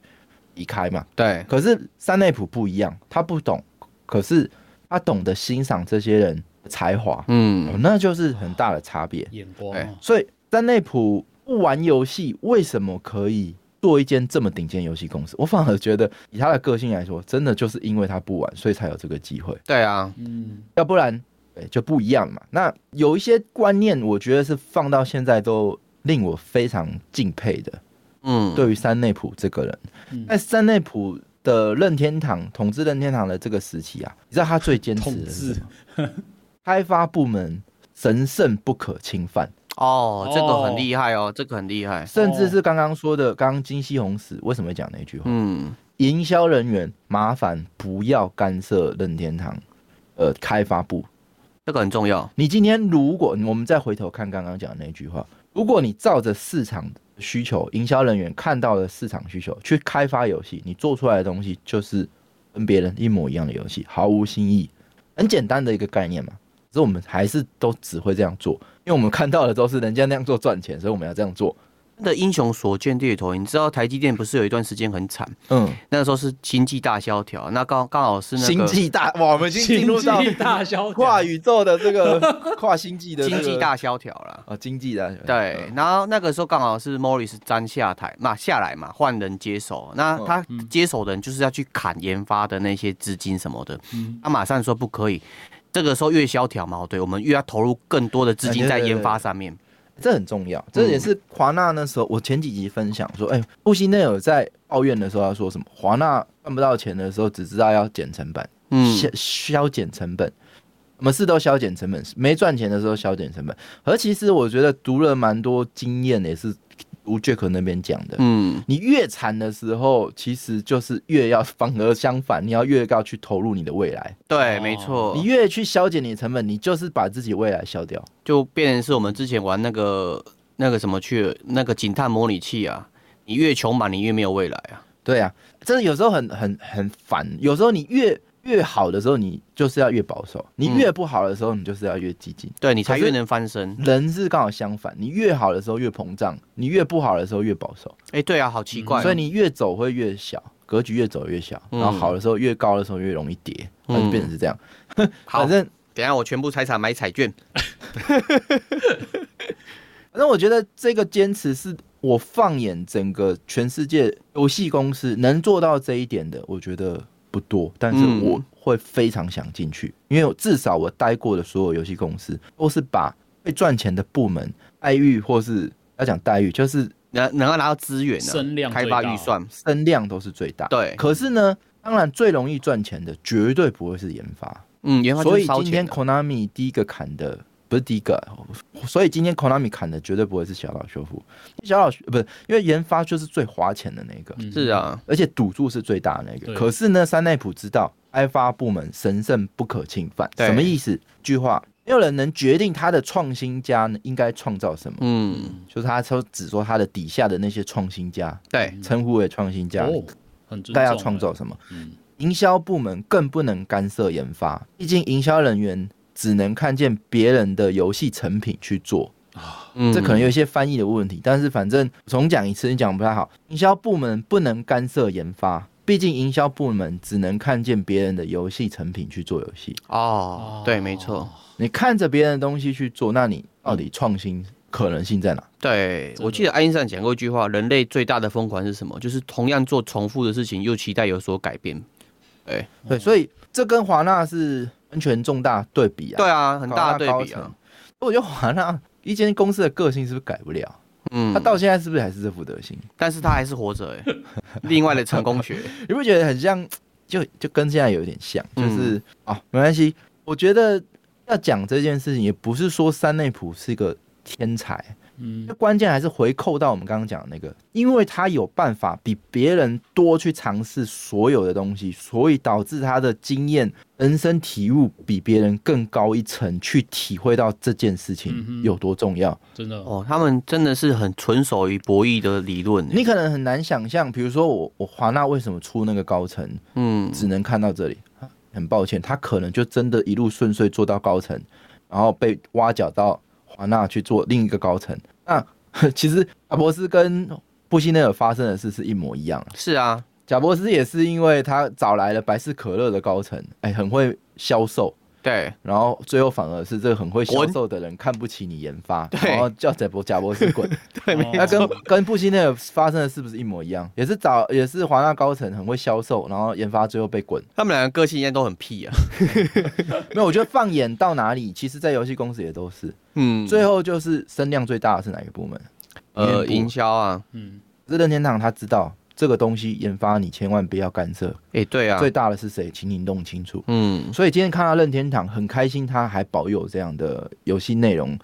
S4: 离开嘛。
S5: 对，
S4: 可是山内普不一样，他不懂，可是他懂得欣赏这些人的才华，哦
S5: 嗯，
S4: 那就是很大的差别。
S2: 眼光
S5: 哎
S2: 啊
S4: 所以山内普不玩游戏，为什么可以做一间这么顶尖游戏公司？我反而觉得，以他的个性来说，真的就是因为他不玩，所以才有这个机会，
S5: 对啊，
S2: 嗯，
S4: 要不然，哎，就不一样了嘛。那有一些观念，我觉得是放到现在都令我非常敬佩的。
S5: 嗯，
S4: 对于山内普这个人，
S2: 嗯
S4: 在山内普的任天堂统治任天堂的这个时期啊，你知道他最坚持
S2: 统
S4: 的是
S2: 治
S4: 什么开发部门神圣不可侵犯，
S5: 哦，这个
S2: 哦
S5: 很厉害哦，这个很厉害，
S4: 甚至是刚刚说的，刚刚金希红死为什么会讲那句话？
S5: 嗯
S4: 营销人员麻烦不要干涉任天堂，呃，开发部。，
S5: 这个很重要，
S4: 你今天如果我们再回头看刚刚讲的那句话，如果你照着市场需求，营销人员看到的市场需求去开发游戏，你做出来的东西就是跟别人一模一样的游戏，毫无新意，很简单的一个概念嘛。可是我们还是都只会这样做，因为我们看到的都是人家那样做赚钱，所以我们要这样做。
S5: 他的英雄所见略同。你知道台积电不是有一段时间很惨，
S4: 嗯，
S5: 那时候是经济大萧条，那刚刚好是那
S4: 星
S5: 个
S4: 际大哇，我们已经进入到
S2: 经济大萧
S4: 跨
S2: 条，
S4: 宇宙的这
S5: *laughs*
S4: 个跨星际的、这
S5: 经
S4: 个
S5: 济大萧条啦。
S4: 啊，经济大
S5: 对，然后那个时候刚好是 Morris 詹下台嘛，下来嘛，换人接手。那他接手的人就是要去砍研发的那些资金什么的，
S2: 嗯
S5: 他马上说不可以。这个时候越萧条嘛，对我们越要投入更多的资金在研发上面。
S4: 这很重要，这也是
S5: 嗯
S4: 华纳那时候我前几集分享说，哎、布希内尔在抱怨的时候，他说什么？华纳赚不到钱的时候，只知道要减成本，
S5: 嗯，
S4: 削削减成本，什么事都削减成本，没赚钱的时候削减成本。而其实我觉得读了蛮多经验，也是读 Jack 那边讲的。
S5: 嗯，
S4: 你越惨的时候，其实就是越要，反而相反，你要越要去投入你的未来。
S5: 对，
S2: 哦
S5: 没错
S4: 你，越去削减你的成本，你就是把自己未来削掉。
S5: 就变成是我们之前玩那个那个什么去了那个警探模拟器啊，你越穷嘛，你越没有未来啊。
S4: 对啊，真的有时候很很很烦。有时候你越越好的时候，你就是要越保守；你越不好的时候，你就是要越激进。
S5: 对你才
S4: 可是
S5: 越能翻身。
S4: 人是刚好相反，你越好的时候越膨胀，你越不好的时候越保守，
S5: 哎、对啊，好奇怪哦、
S4: 嗯所以你越走会越小，格局越走越小，
S5: 嗯
S4: 然后好的时候越高的时候越容易跌，它就变成是这样。
S5: 好，
S4: 反正
S5: 等一下我全部财产买彩券。
S4: 反正我觉得这个坚持是我放眼整个全世界游戏公司能做到这一点的，我觉得不多，但是
S5: 嗯
S4: 我会非常想进去，因为我至少我待过的所有游戏公司都是把会赚钱的部门待遇或是要讲待遇，就是
S5: 能能够拿到资源、啊，
S2: 声量
S5: 开
S2: 最
S5: 发
S2: 大
S5: 预算，
S4: 声量都是最大。
S5: 对
S4: 可是呢，当然最容易赚钱的绝对不会是研发，
S5: 嗯，研发就
S4: 所
S5: 是
S4: 以
S5: 烧
S4: 今天
S5: 钱的
S4: Konami 第一个砍的不是第一个，所以今天 Konami 砍的绝对不会是小岛修复，小岛不是因为研发就是最花钱的那个，
S2: 嗯
S5: 是啊，
S4: 而且赌注是最大的那个。
S2: 对
S4: 可是呢，山内普知道开发部门神圣不可侵犯，
S5: 对
S4: 什么意思？句话，没有人能决定他的创新家应该创造什么。
S5: 嗯，
S4: 就是他说只说他的底下的那些创新家，
S5: 对，
S4: 称呼为创新家，
S2: 哦，很尊重
S4: 该要
S2: 欸
S4: 创造，什么？
S2: 嗯
S4: 营销部门更不能干涉研发，毕竟营销人员只能看见别人的游戏成品去做，
S5: 嗯
S4: 这可能有一些翻译的问题，但是反正重讲一次，你讲不太好。营销部门不能干涉研发，毕竟营销部门只能看见别人的游戏成品去做游戏，
S2: 啊
S5: 哦，对，没错，
S4: 你看着别人的东西去做，那你到底创新可能性在哪？
S5: 对，我记得爱因斯坦讲过一句话：人类最大的疯狂是什么？就是同样做重复的事情，又期待有所改变。
S4: 对，
S2: 嗯
S4: 所以这跟华纳是完全重大对比啊。
S5: 对啊，很大的对
S4: 高
S5: 比
S4: 层
S5: 啊。。
S4: 我觉得华纳一间公司的个性是不是改不了？
S5: 嗯，
S4: 他到现在是不是还是这副德行？
S5: 但是他还是活着哎、 *laughs* 另外的成功学，
S4: 你不觉得很像？就就跟现在有点像，就是、
S5: 嗯
S4: 啊，没关系。我觉得要讲这件事情，也不是说山内普是一个天才，
S2: 嗯
S4: 那关键还是回扣到我们刚刚讲的那个，因为他有办法比别人多去尝试所有的东西，所以导致他的经验、人生体悟比别人更高一层，去体会到这件事
S2: 嗯
S4: 情
S2: 哼
S4: 有多重要。
S2: 真的
S5: *laughs* 哦，他们真的是很纯熟于博弈的理论欸、
S4: 你可能很难想象，比如说我我华纳为什么出那个高层，
S5: 嗯，
S4: 只能看到这里。很抱歉，他可能就真的一路顺遂做到高层，然后被挖角到华纳去做另一个高层。那 *laughs* 其实贾博斯跟布希内尔发生的事是一模一样的。
S5: 是啊，
S4: 贾博斯也是因为他找来了百事可乐的高层，哎，很会销售，
S5: 对，
S4: 然后最后反而是这个很会销
S5: 滚
S4: 售的人看不起你研发，
S5: 对
S4: 然后叫贾博贾博斯滚。
S5: 对，没
S4: *laughs* 那
S2: 哦
S5: *laughs*
S4: 跟跟布希内尔发生的是不是一模一样？也是找也是华纳高层很会销售，然后研发最后被滚。
S5: 他们两个个性应该都很屁啊。
S4: 没有，我觉得放眼到哪里，其实，在游戏公司也都是。
S5: *laughs* 嗯，
S4: 最后就是声量最大的是哪一个部门？
S5: 呃，
S4: 面部
S5: 营销啊，
S2: 嗯
S4: 是任天堂，他知道这个东西研发你千万不要干涉。
S5: 哎、对啊，
S4: 最大的是谁？请你弄清楚。
S5: 嗯
S4: 所以今天看到任天堂很开心，他还保有这样的游戏内容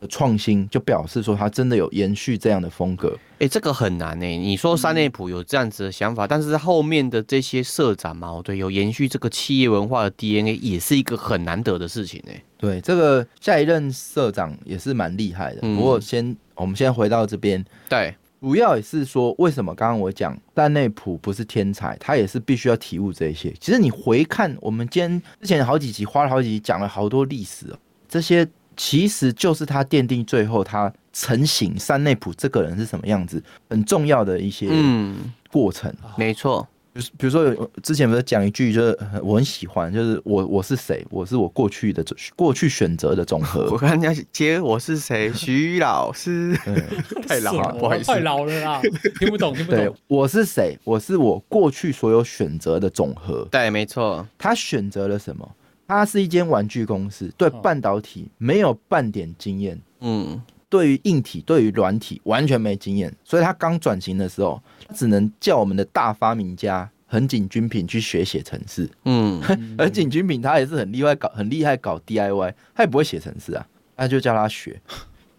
S4: 的创新，就表示说他真的有延续这样的风格。
S5: 哎、这个很难哎、你说山内普有这样子的想法，但是后面的这些社长嘛，哦对，有延续这个企业文化的 DNA，也是一个很难得的事情哎、
S4: 对，这个下一任社长也是蛮厉害的。
S5: 嗯
S4: 不过先，我们先回到这边，
S5: 对，
S4: 主要也是说，为什么刚刚我讲但内普不是天才，他也是必须要体悟这些。其实你回看我们今天之前好几集，花了好几集讲了好多历史、哦，这些其实就是他奠定最后他成型山内普这个人是什么样子很重要的一些
S5: 嗯，
S4: 过程。
S5: 没错，
S4: 就是比如说有之前不是讲一句，就是呃我很喜欢，就是我我是谁，我是我过去的过去选择的总
S5: 我 *laughs*
S4: 和。
S5: 刚刚接我是谁，徐老师，
S4: 对
S5: *laughs* 太老
S2: 什
S5: 了，
S2: 么
S5: 不好意
S2: *laughs*
S5: 思
S2: 太，老了啦，听不懂，听不
S4: 对 *laughs*
S2: 懂，，
S4: 我是谁？我是我过去所有选择的总和。
S5: 对，没错，
S4: 他选择了什么？他是一间玩具公司，对
S2: 嗯
S4: 半导体没有半点经验，
S5: 嗯，
S4: 对于硬体、对于软体完全没经验，所以他刚转型的时候，他只能叫我们的大发明家横井军品去学写程式。
S5: 嗯，
S4: *laughs* 横井军品他也是很厉害搞很厉害搞 DIY，他也不会写程式啊，那就叫他学。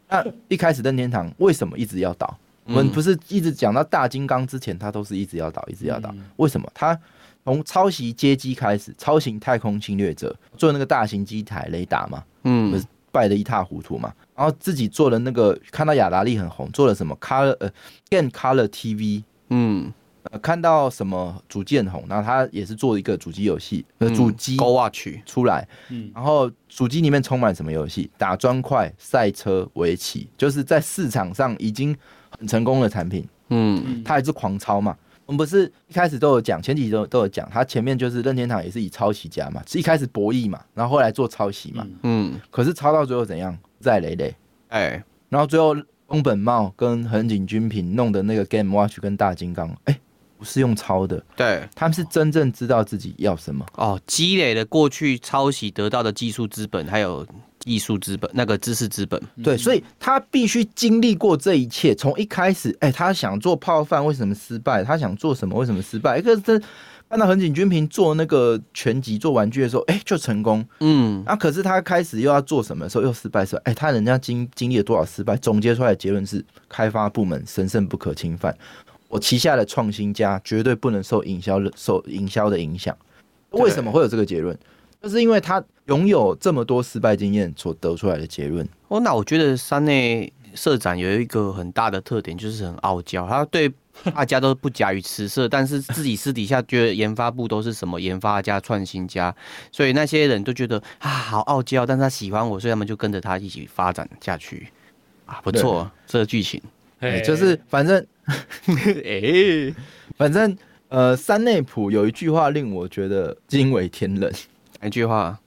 S4: 那一开始任天堂为什么一直要倒？我们
S5: 嗯
S4: 不是一直讲到大金刚之前，他都是一直要倒，一直要倒。
S2: 嗯
S4: 为什么？他从抄袭街机开始，抄袭太空侵略者，做那个大型机台雷达嘛，
S5: 嗯，
S4: 败得一塌糊涂嘛。然后自己做了那个，看到雅达利很红，做了什么 Color 呃 Game Color TV，
S5: 嗯，
S4: 呃看到什么主机很红，然后他也是做一个主机游戏，呃主机
S5: *laughs* 勾啊 watch，
S4: 出来，
S2: 嗯
S4: 然后主机里面充满什么游戏？打砖块、赛车、围棋，就是在市场上已经很成功的产品，
S5: 嗯，
S2: 嗯
S4: 他还是狂抄嘛。我们不是一开始都有讲，前几集都都有讲，他前面就是任天堂也是以抄袭家嘛，是一开始博弈嘛，然后后来做抄袭嘛，
S2: 嗯
S5: 嗯，
S4: 可是抄到最后怎样？再累累，
S5: 哎，
S4: 然后最后宫本茂跟横井军平弄的那个 Game Watch 跟大金刚，哎，不是用抄的，
S5: 对，
S4: 他们是真正知道自己要什么。
S5: 哦，积累了过去抄袭得到的技术资本，还有艺术资本，那个知识资本，
S4: 对，所以他必须经历过这一切，从一开始，哎、他想做泡饭，为什么失败？他想做什么，为什么失败？哎可是这看到横井军平做那个拳击、做玩具的时候，哎、就成功。
S5: 嗯，
S4: 啊，可是他开始又要做什么的时候又失败的时候，哎、他人家经经历了多少失败？总结出来的结论是，开发部门神圣不可侵犯，我旗下的创新家绝对不能受营销受营销的影响。为什么会有这个结论？就是因为他拥有这么多失败经验所得出来的结论。
S5: 哦，那我觉得山内社长有一个很大的特点，就是很傲娇，他对大家都不假于辞色，但是自己私底下觉得研发部都是什么研发家、创新家，所以那些人都觉得啊，好傲娇，但是他喜欢我，所以他们就跟着他一起发展下去。啊，不错，这个剧情，
S4: 哎，就是反正
S5: *laughs* 哎，
S4: 反正呃，山内普有一句话令我觉得惊为天人， *laughs*
S5: 一句话，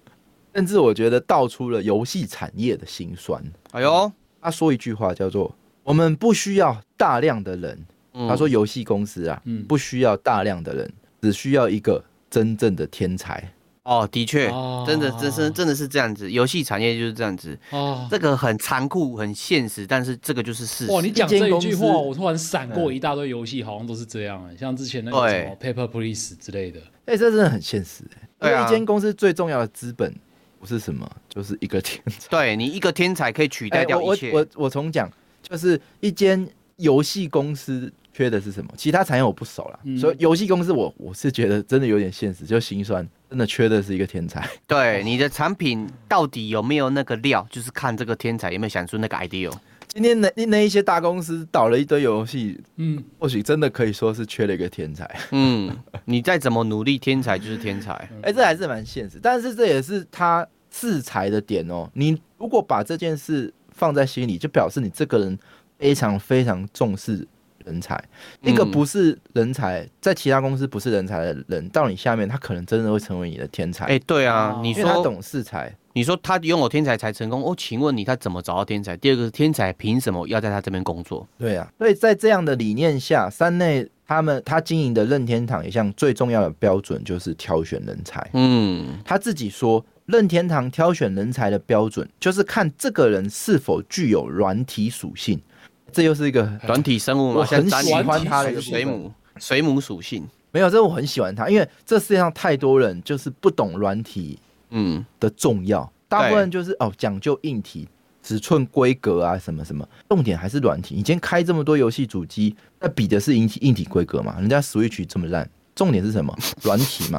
S4: 甚至我觉得道出了游戏产业的辛酸。
S5: 哎呦，
S4: 他说一句话叫做：“我们不需要大量的人。”
S5: 嗯
S4: 他说游戏公司啊，
S2: 嗯
S4: 不需要大量的人，只需要一个真正的天才。
S5: 哦，的确，
S2: 哦
S5: 真的，真是真的是这样子，游戏产业就是这样子，
S4: 哦
S2: 啊，
S5: 这个很残酷、很现实，但是这个就是事实。
S2: 哇，你讲这一句
S4: 公
S2: 话，
S4: 司
S2: 我突然闪过一大堆游戏，好像都是这样、欸，像之前那个
S5: 对
S2: 什么 Paper Please 之类的，
S4: 哎、这真的很现实、欸。
S5: 对啊
S4: 因为一间公司最重要的资本不是什么，就是一个天才。
S5: 对你一个天才可以取代
S4: 哎、
S5: 掉
S4: 我
S5: 一
S4: 我
S5: 切。
S4: 我我重讲，就是一间游戏公司缺的是什么？其他产业我不熟啦，
S2: 嗯
S4: 所以游戏公司我我是觉得真的有点现实，就心酸，真的缺的是一个天才。 *laughs*
S5: 对你的产品到底有没有那个料，就是看这个天才有没有想出那个 idea。
S4: 今天那那一些大公司倒了一堆游戏，
S2: 嗯，
S4: 或许真的可以说是缺了一个天才。
S5: 嗯，你再怎么努力，天才就是天才。
S4: 哎、这还是蛮现实，但是这也是他制裁的点哦。你如果把这件事放在心里，就表示你这个人非常非常重视人才。一个
S5: 嗯
S4: 不是人才，在其他公司不是人才的人，到你下面，他可能真的会成为你的天才。
S5: 哎、对啊，
S2: 哦
S5: 你
S4: 因为他
S5: 说
S4: 懂事才，
S5: 你说他拥有天才才成功哦？请问你他怎么找到天才？第二个是天才凭什么要在他这边工作？
S4: 对啊。所以在这样的理念下，山内他们他经营的任天堂一项最重要的标准就是挑选人才。
S5: 嗯，
S4: 他自己说，任天堂挑选人才的标准就是看这个人是否具有软体属性，这又是一个
S5: 软体生物嘛，
S4: 哎我
S5: 像
S4: 很
S5: 咱
S4: 喜
S2: 欢它的一个
S5: 水水
S4: 部分
S5: 母，水母属性。
S4: 没有，这我很喜欢他，因为这世界上太多人就是不懂软体
S5: 嗯，
S4: 的重要，大部分就是哦讲究硬体。尺寸规格啊，什么什么，重点还是软体。你今天开这么多游戏主机，那比的是硬体硬体规格嘛？人家 Switch 这么烂，重点是什么？软体嘛。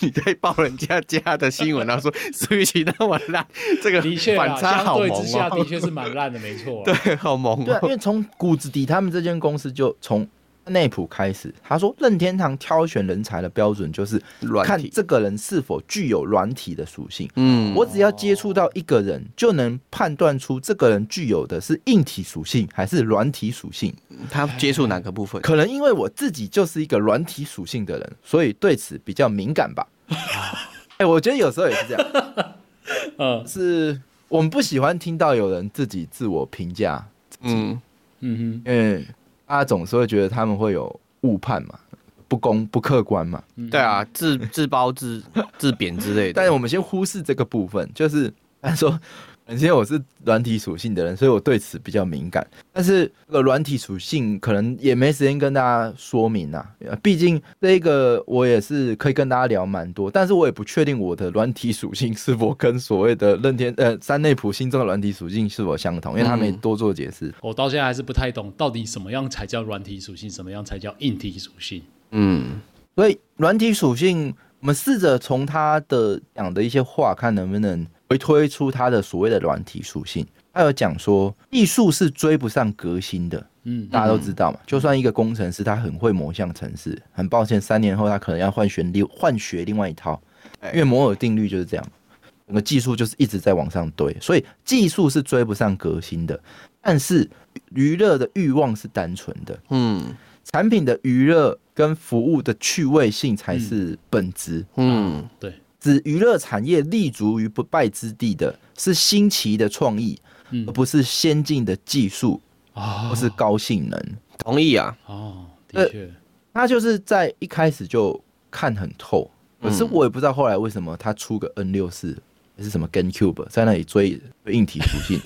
S5: 你在报人家家的新闻，他说 Switch 那么烂，这个
S2: 的确啦，
S5: 反差
S2: 相
S5: 好
S2: 对
S5: 萌
S2: 之下的
S5: 哦，
S2: 确是蛮烂的，没错啊。
S5: *laughs* 对，好萌
S4: 对、啊，因
S5: 哦。
S4: 为从骨子底，他们这间公司就从内普开始。他说，任天堂挑选人才的标准就是
S5: 软
S4: 看
S5: 体
S4: 这个人是否具有软体的属性。
S5: 嗯
S4: 我只要接触到一个人，就能判断出这个人具有的是硬体属性还是软体属性。
S5: 他接触哪个部分？
S4: 可能因为我自己就是一个软体属性的人，所以对此比较敏
S5: *laughs*
S4: 感吧。哎、我觉得有时候也是这样，
S2: 嗯
S4: 是我们不喜欢听到有人自己自我评价
S5: 嗯，
S2: 嗯
S4: 因为大家总是会觉得他们会有误判嘛，不公不客观嘛。
S2: 嗯
S5: 对啊，自自
S2: *laughs*
S5: 包自自贬之类的。
S4: 但是我们先忽视这个部分，就是 *laughs* 他说，首先我是软体属性的人，所以我对此比较敏感。但是这个软体属性可能也没时间跟大家说明啊，呃毕竟这个我也是可以跟大家聊蛮多，但是我也不确定我的软体属性是否跟所谓的任天呃山内普心中的软体属性是否相同，因为他没
S5: 嗯
S4: 多做解释。
S2: 我到现在还是不太懂，到底什么样才叫软体属性，什么样才叫硬体属性？
S5: 嗯，
S4: 所以软体属性，我们试着从他的讲的一些话，看能不能回推出他的所谓的软体属性。他有讲说，技术是追不上革新的，
S2: 嗯，
S4: 大家都知道嘛。就算一个工程师，他很会模像程式，很抱歉，三年后他可能要换学另换学另外一套，因为摩尔定律就是这样，整个技术就是一直在往上堆，所以技术是追不上革新的。但是娱乐的欲望是单纯的，
S5: 嗯
S4: 产品的娱乐跟服务的趣味性才是本质。
S5: 嗯，
S2: 对，
S4: 指娱乐产业立足于不败之地的是新奇的创意，
S2: 嗯
S4: 而不是先进的技术
S2: 啊
S4: 或是高性能。
S5: 同意啊。
S2: 哦，的确，
S4: 他就是在一开始就看很透，
S2: 嗯
S4: 可是我也不知道后来为什么他出个 N 六四还是什么 GameCube，在那里追追硬体属
S2: *laughs*
S4: 性，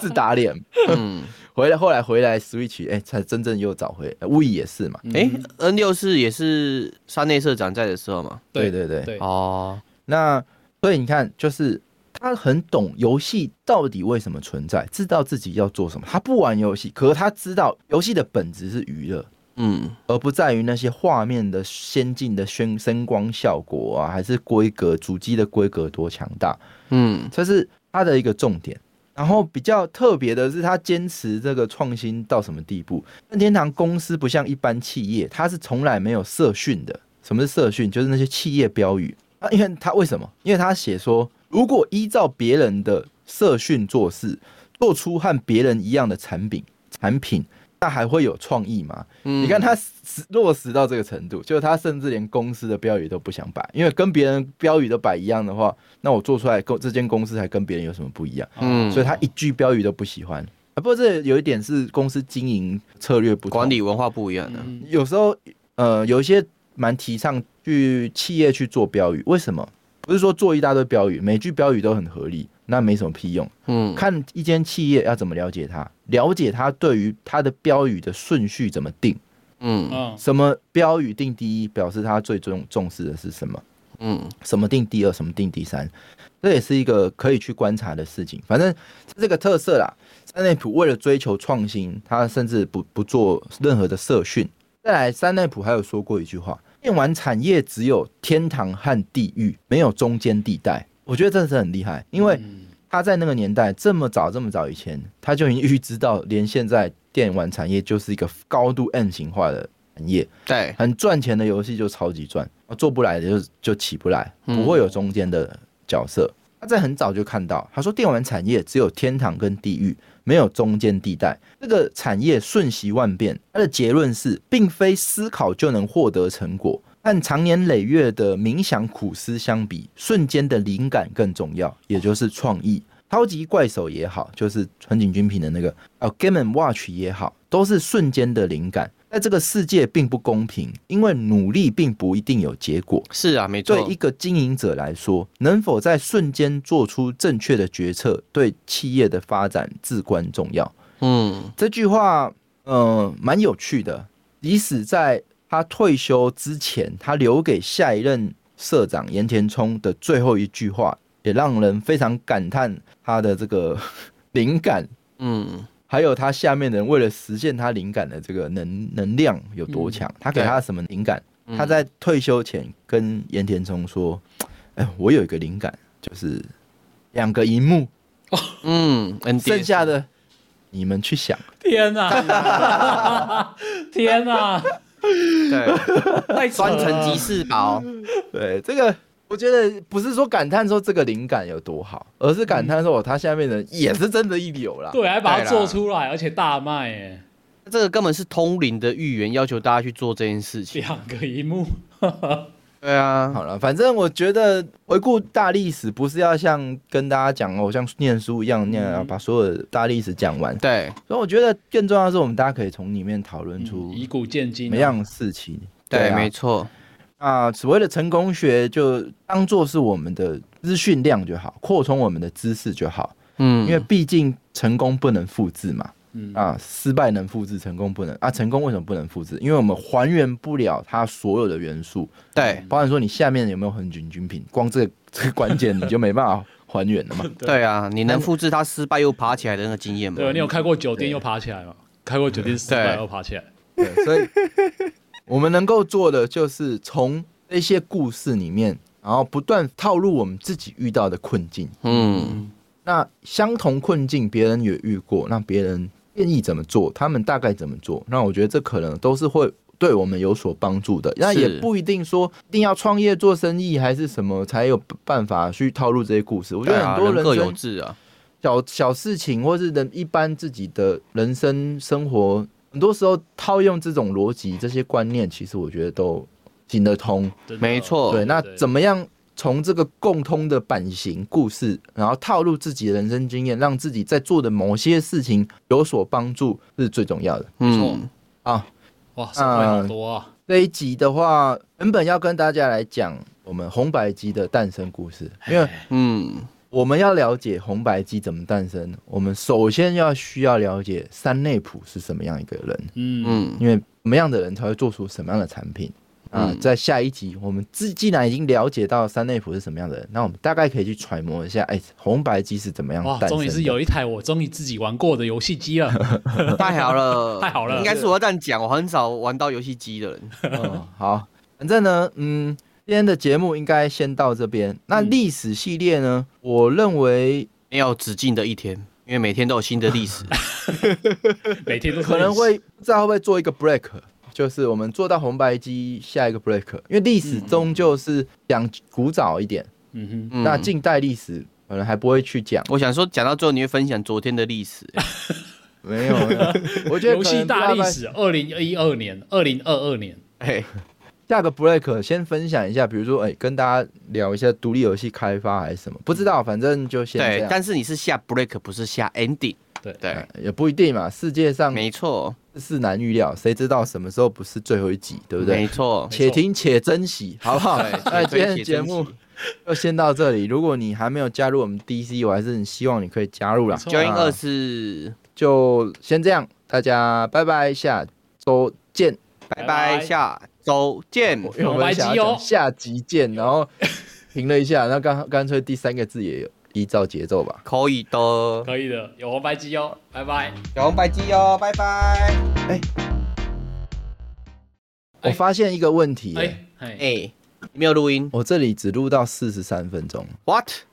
S4: 自打脸。 *laughs*
S5: 嗯，
S4: 回来后来回来 Switch，哎、才真正又找回。呃 We 也是嘛，
S5: 哎，N 六四也是山内社长在的时候嘛。
S4: 对对对
S2: 对，
S5: 哦，
S4: 那所以你看，就是他很懂游戏到底为什么存在，知道自己要做什么。他不玩游戏，可是他知道游戏的本质是娱乐，
S5: 嗯，
S4: 而不在于那些画面的先进的声声光效果啊，还是规格主机的规格多强大，
S5: 嗯，
S4: 这是它的一个重点。然后比较特别的是，它坚持这个创新到什么地步？任天堂公司不像一般企业，它是从来没有社训的。什么是社训？就是那些企业标语。啊，因为它为什么？因为它写说，如果依照别人的社训做事，做出和别人一样的产品，产品那还会有创意吗？你看他实落实到这个程度，就是他甚至连公司的标语都不想摆，因为跟别人标语都摆一样的话，那我做出来公这间公司还跟别人有什么不一样？
S2: 哦
S5: 嗯
S4: 所以他一句标语都不喜欢。啊，不过这有一点是公司经营策略不同
S5: 管理文化不一样的，
S4: 有时候呃，有一些蛮提倡去企业去做标语，为什么？不是说做一大堆标语，每句标语都很合理，那没什么屁用。
S5: 嗯，
S4: 看一间企业要怎么了解它，了解它对于它的标语的顺序怎么定，
S5: 嗯
S2: 嗯
S4: 什么标语定第一，表示它最重重视的是什么。
S5: 嗯
S4: 什么定第二，什么定第三，这也是一个可以去观察的事情。反正是这个特色啦，山内普为了追求创新，他甚至不不做任何的社训。再来，山内普还有说过一句话：电玩产业只有天堂和地狱，没有中间地带。我觉得真的是很厉害，因为他在那个年代这么早这么早以前，他就已经预知到，连现在电玩产业就是一个高度 M 型化的产业。
S5: 对，
S4: 很赚钱的游戏就超级赚，啊做不来的就就起不来，
S5: 嗯
S4: 不会有中间的角色。他在很早就看到，他说电玩产业只有天堂跟地狱，没有中间地带。这个产业瞬息万变，他的结论是，并非思考就能获得成果。按常年累月的冥想苦思相比，瞬间的灵感更重要，也就是创意。超级怪手也好，就是川井军平的那个呃 Game and Watch 也好，都是瞬间的灵感。在这个世界并不公平，因为努力并不一定有结果。
S5: 是啊，没错
S4: 对，一个经营者来说，能否在瞬间做出正确的决策，对企业的发展至关重要。
S5: 嗯
S4: 这句话，嗯、蛮有趣的。即使在他退休之前，他留给下一任社长岩田聪的最后一句话，也让人非常感叹他的这个 *laughs* 灵感，
S5: 嗯
S4: 还有他下面的人为了实现他灵感的这个能能量有多强。他给他什么灵感？
S5: 嗯
S4: 他在退休前跟岩田聪说：“哎，我有一个灵感，就是两个荧幕，
S5: 嗯
S4: 剩
S5: ，NDS，
S4: 下的你们去想。”
S2: 天哪、天哪、 *laughs*
S5: 对，
S2: 太扯
S5: 专
S2: 了
S5: 程集市宝，
S4: 对，这个我觉得不是说感叹说这个灵感有多好，而是感叹说哦，他下面的人也是真的一流啦。
S2: 对，还把它
S5: 啊对啦
S2: 做出来，而且大卖哎，
S5: 这个根本是通灵的预言，要求大家去做这件事情。
S2: 两个一幕，
S5: 对啊，
S4: 好了，反正我觉得回顾大历史，不是要像跟大家讲哦，像念书一样那样、把所有的大历史讲完。
S5: 对
S4: 所以我觉得更重要的是，我们大家可以从里面讨论出
S5: 嗯
S2: 以古鉴今、
S4: 什
S2: 啊，
S4: 么样的事情。
S5: 对，
S4: 啊
S5: 没错，
S4: 啊，所谓的成功学就当做是我们的资讯量就好，扩充我们的知识就好。
S5: 嗯，
S4: 因为毕竟成功不能复制嘛，
S2: 嗯
S4: 啊，失败能复制，成功不能啊，成功为什么不能复制？因为我们还原不了它所有的元素，
S5: 对啊
S4: 包含说你下面有没有横菌菌品，光这个 *laughs* 这个关键你就没办法还原了嘛。
S5: 对啊，你能复制他失败又爬起来的那个经验吗？
S2: 对，你有开过酒店又爬起来吗？开过酒店失败
S5: 对
S2: 又爬起来，
S4: 对，
S5: *laughs*
S4: 所以我们能够做的就是从那些故事里面，然后不断套入我们自己遇到的困境，
S5: 嗯
S4: 那相同困境别人也遇过，那别人建议怎么做，他们大概怎么做，那我觉得这可能都是会对我们有所帮助的。那也不一定说一定要创业做生意还是什么才有办法去套路这些故事。我觉
S5: 对
S4: 得
S5: 啊，
S4: 很多
S5: 人各有
S4: 生
S5: 志啊，
S4: 小小事情，或是人一般自己的人生生活，很多时候套用这种逻辑、这些观念，其实我觉得都行得通。
S2: 真的啊
S5: 没错
S4: 对，那怎
S2: 么
S4: 么样从这个共通的版型故事，然后套入自己的人生经验，让自己在做的某些事情有所帮助，是最重要的。
S5: 嗯，
S4: 啊，
S2: 哇，收获好多啊！
S4: 这一集的话，原本要跟大家来讲我们红白机的诞生故事，因为
S5: 嗯，
S4: 我们要了解红白机怎么诞生，我们首先要需要了解山内普是什么样一个人，
S2: 嗯
S5: 嗯，
S4: 因为什么样的人才会做出什么样的产品。啊、
S5: 嗯
S4: 在下一集我们既既然已经了解到山内溥是什么样的人，那我们大概可以去揣摩一下，哎、红白机是怎么样
S5: 嗯
S2: 哇，
S4: 诞生
S2: 终
S4: 的。
S2: 于是有一台我终于自己玩过的游戏
S4: *laughs*
S2: 机了。
S5: *laughs* 太好了，
S2: 太好了
S5: 应该是我要这样讲，我很少玩到游戏机的人。
S4: 嗯， *laughs* 好，反正呢，嗯，今天的节目应该先到这边。那
S2: 嗯
S4: 历史系列呢，我认为
S5: 没有止境的一天，因为每天都有新的历 *laughs* 史。
S2: 每天都是
S4: 可能会不知道会不会做一个 break，就是我们做到红白机下一个 break，因为历史终究是讲古早一点，
S2: 嗯
S5: 嗯
S4: 那近代历史可能还不会去讲。
S5: 我想说，讲到最后你会分享昨天的历史、
S4: 没有，没有 *laughs* 我
S2: 哼，
S4: 觉得
S2: 游
S4: 可
S2: 戏
S4: 能
S2: 大历
S4: 概
S2: 史，二零一二年、二零二二年，
S5: *laughs* 哎、
S4: 下个 break 先分享一下，比如说哎、跟大家聊一下独立游戏开发还是什么，不知道，反正就先这
S5: 对，
S4: 样。
S5: 但是你是下 break，不是下 ending。
S2: 对
S5: 对，
S4: 也不一定嘛，世界上
S5: 没错，
S4: 是难预料，谁知道什么时候不是最后一集，对不
S5: 哦没
S4: 对？
S5: 错，
S4: 且听且珍
S5: *laughs*
S4: 惜，好不好？
S5: 对
S4: *laughs* 那
S5: 且
S4: 今天
S5: 推
S4: 的
S5: 且
S4: 节
S5: 珍惜
S4: 目就先到这里。如果你还没有加入我们 DC，我还是很希望你可以加入啦。
S2: 没错
S5: Join
S4: 啊
S5: 二是，
S4: 就先这样，大家拜拜，下周
S5: *laughs*
S4: 见。
S5: 拜
S2: 拜
S5: 拜，
S2: 拜
S5: 下周见。
S4: 因为我
S2: 白
S4: 们
S2: 鸡
S4: 想要
S2: 哦
S4: 讲下集见，然
S5: *laughs*
S4: 后停了一下，那干干脆第三个字也有依照节奏吧。
S5: 可以的，
S2: 可以的，有红白机哦，拜拜。
S5: 小红白鸡哦，拜拜。
S4: 我
S2: 哎
S4: 发现一个问题耶、
S2: 哎，哎
S5: 哎、没有录音
S4: 我这里只录到四十三分钟。
S5: ，What？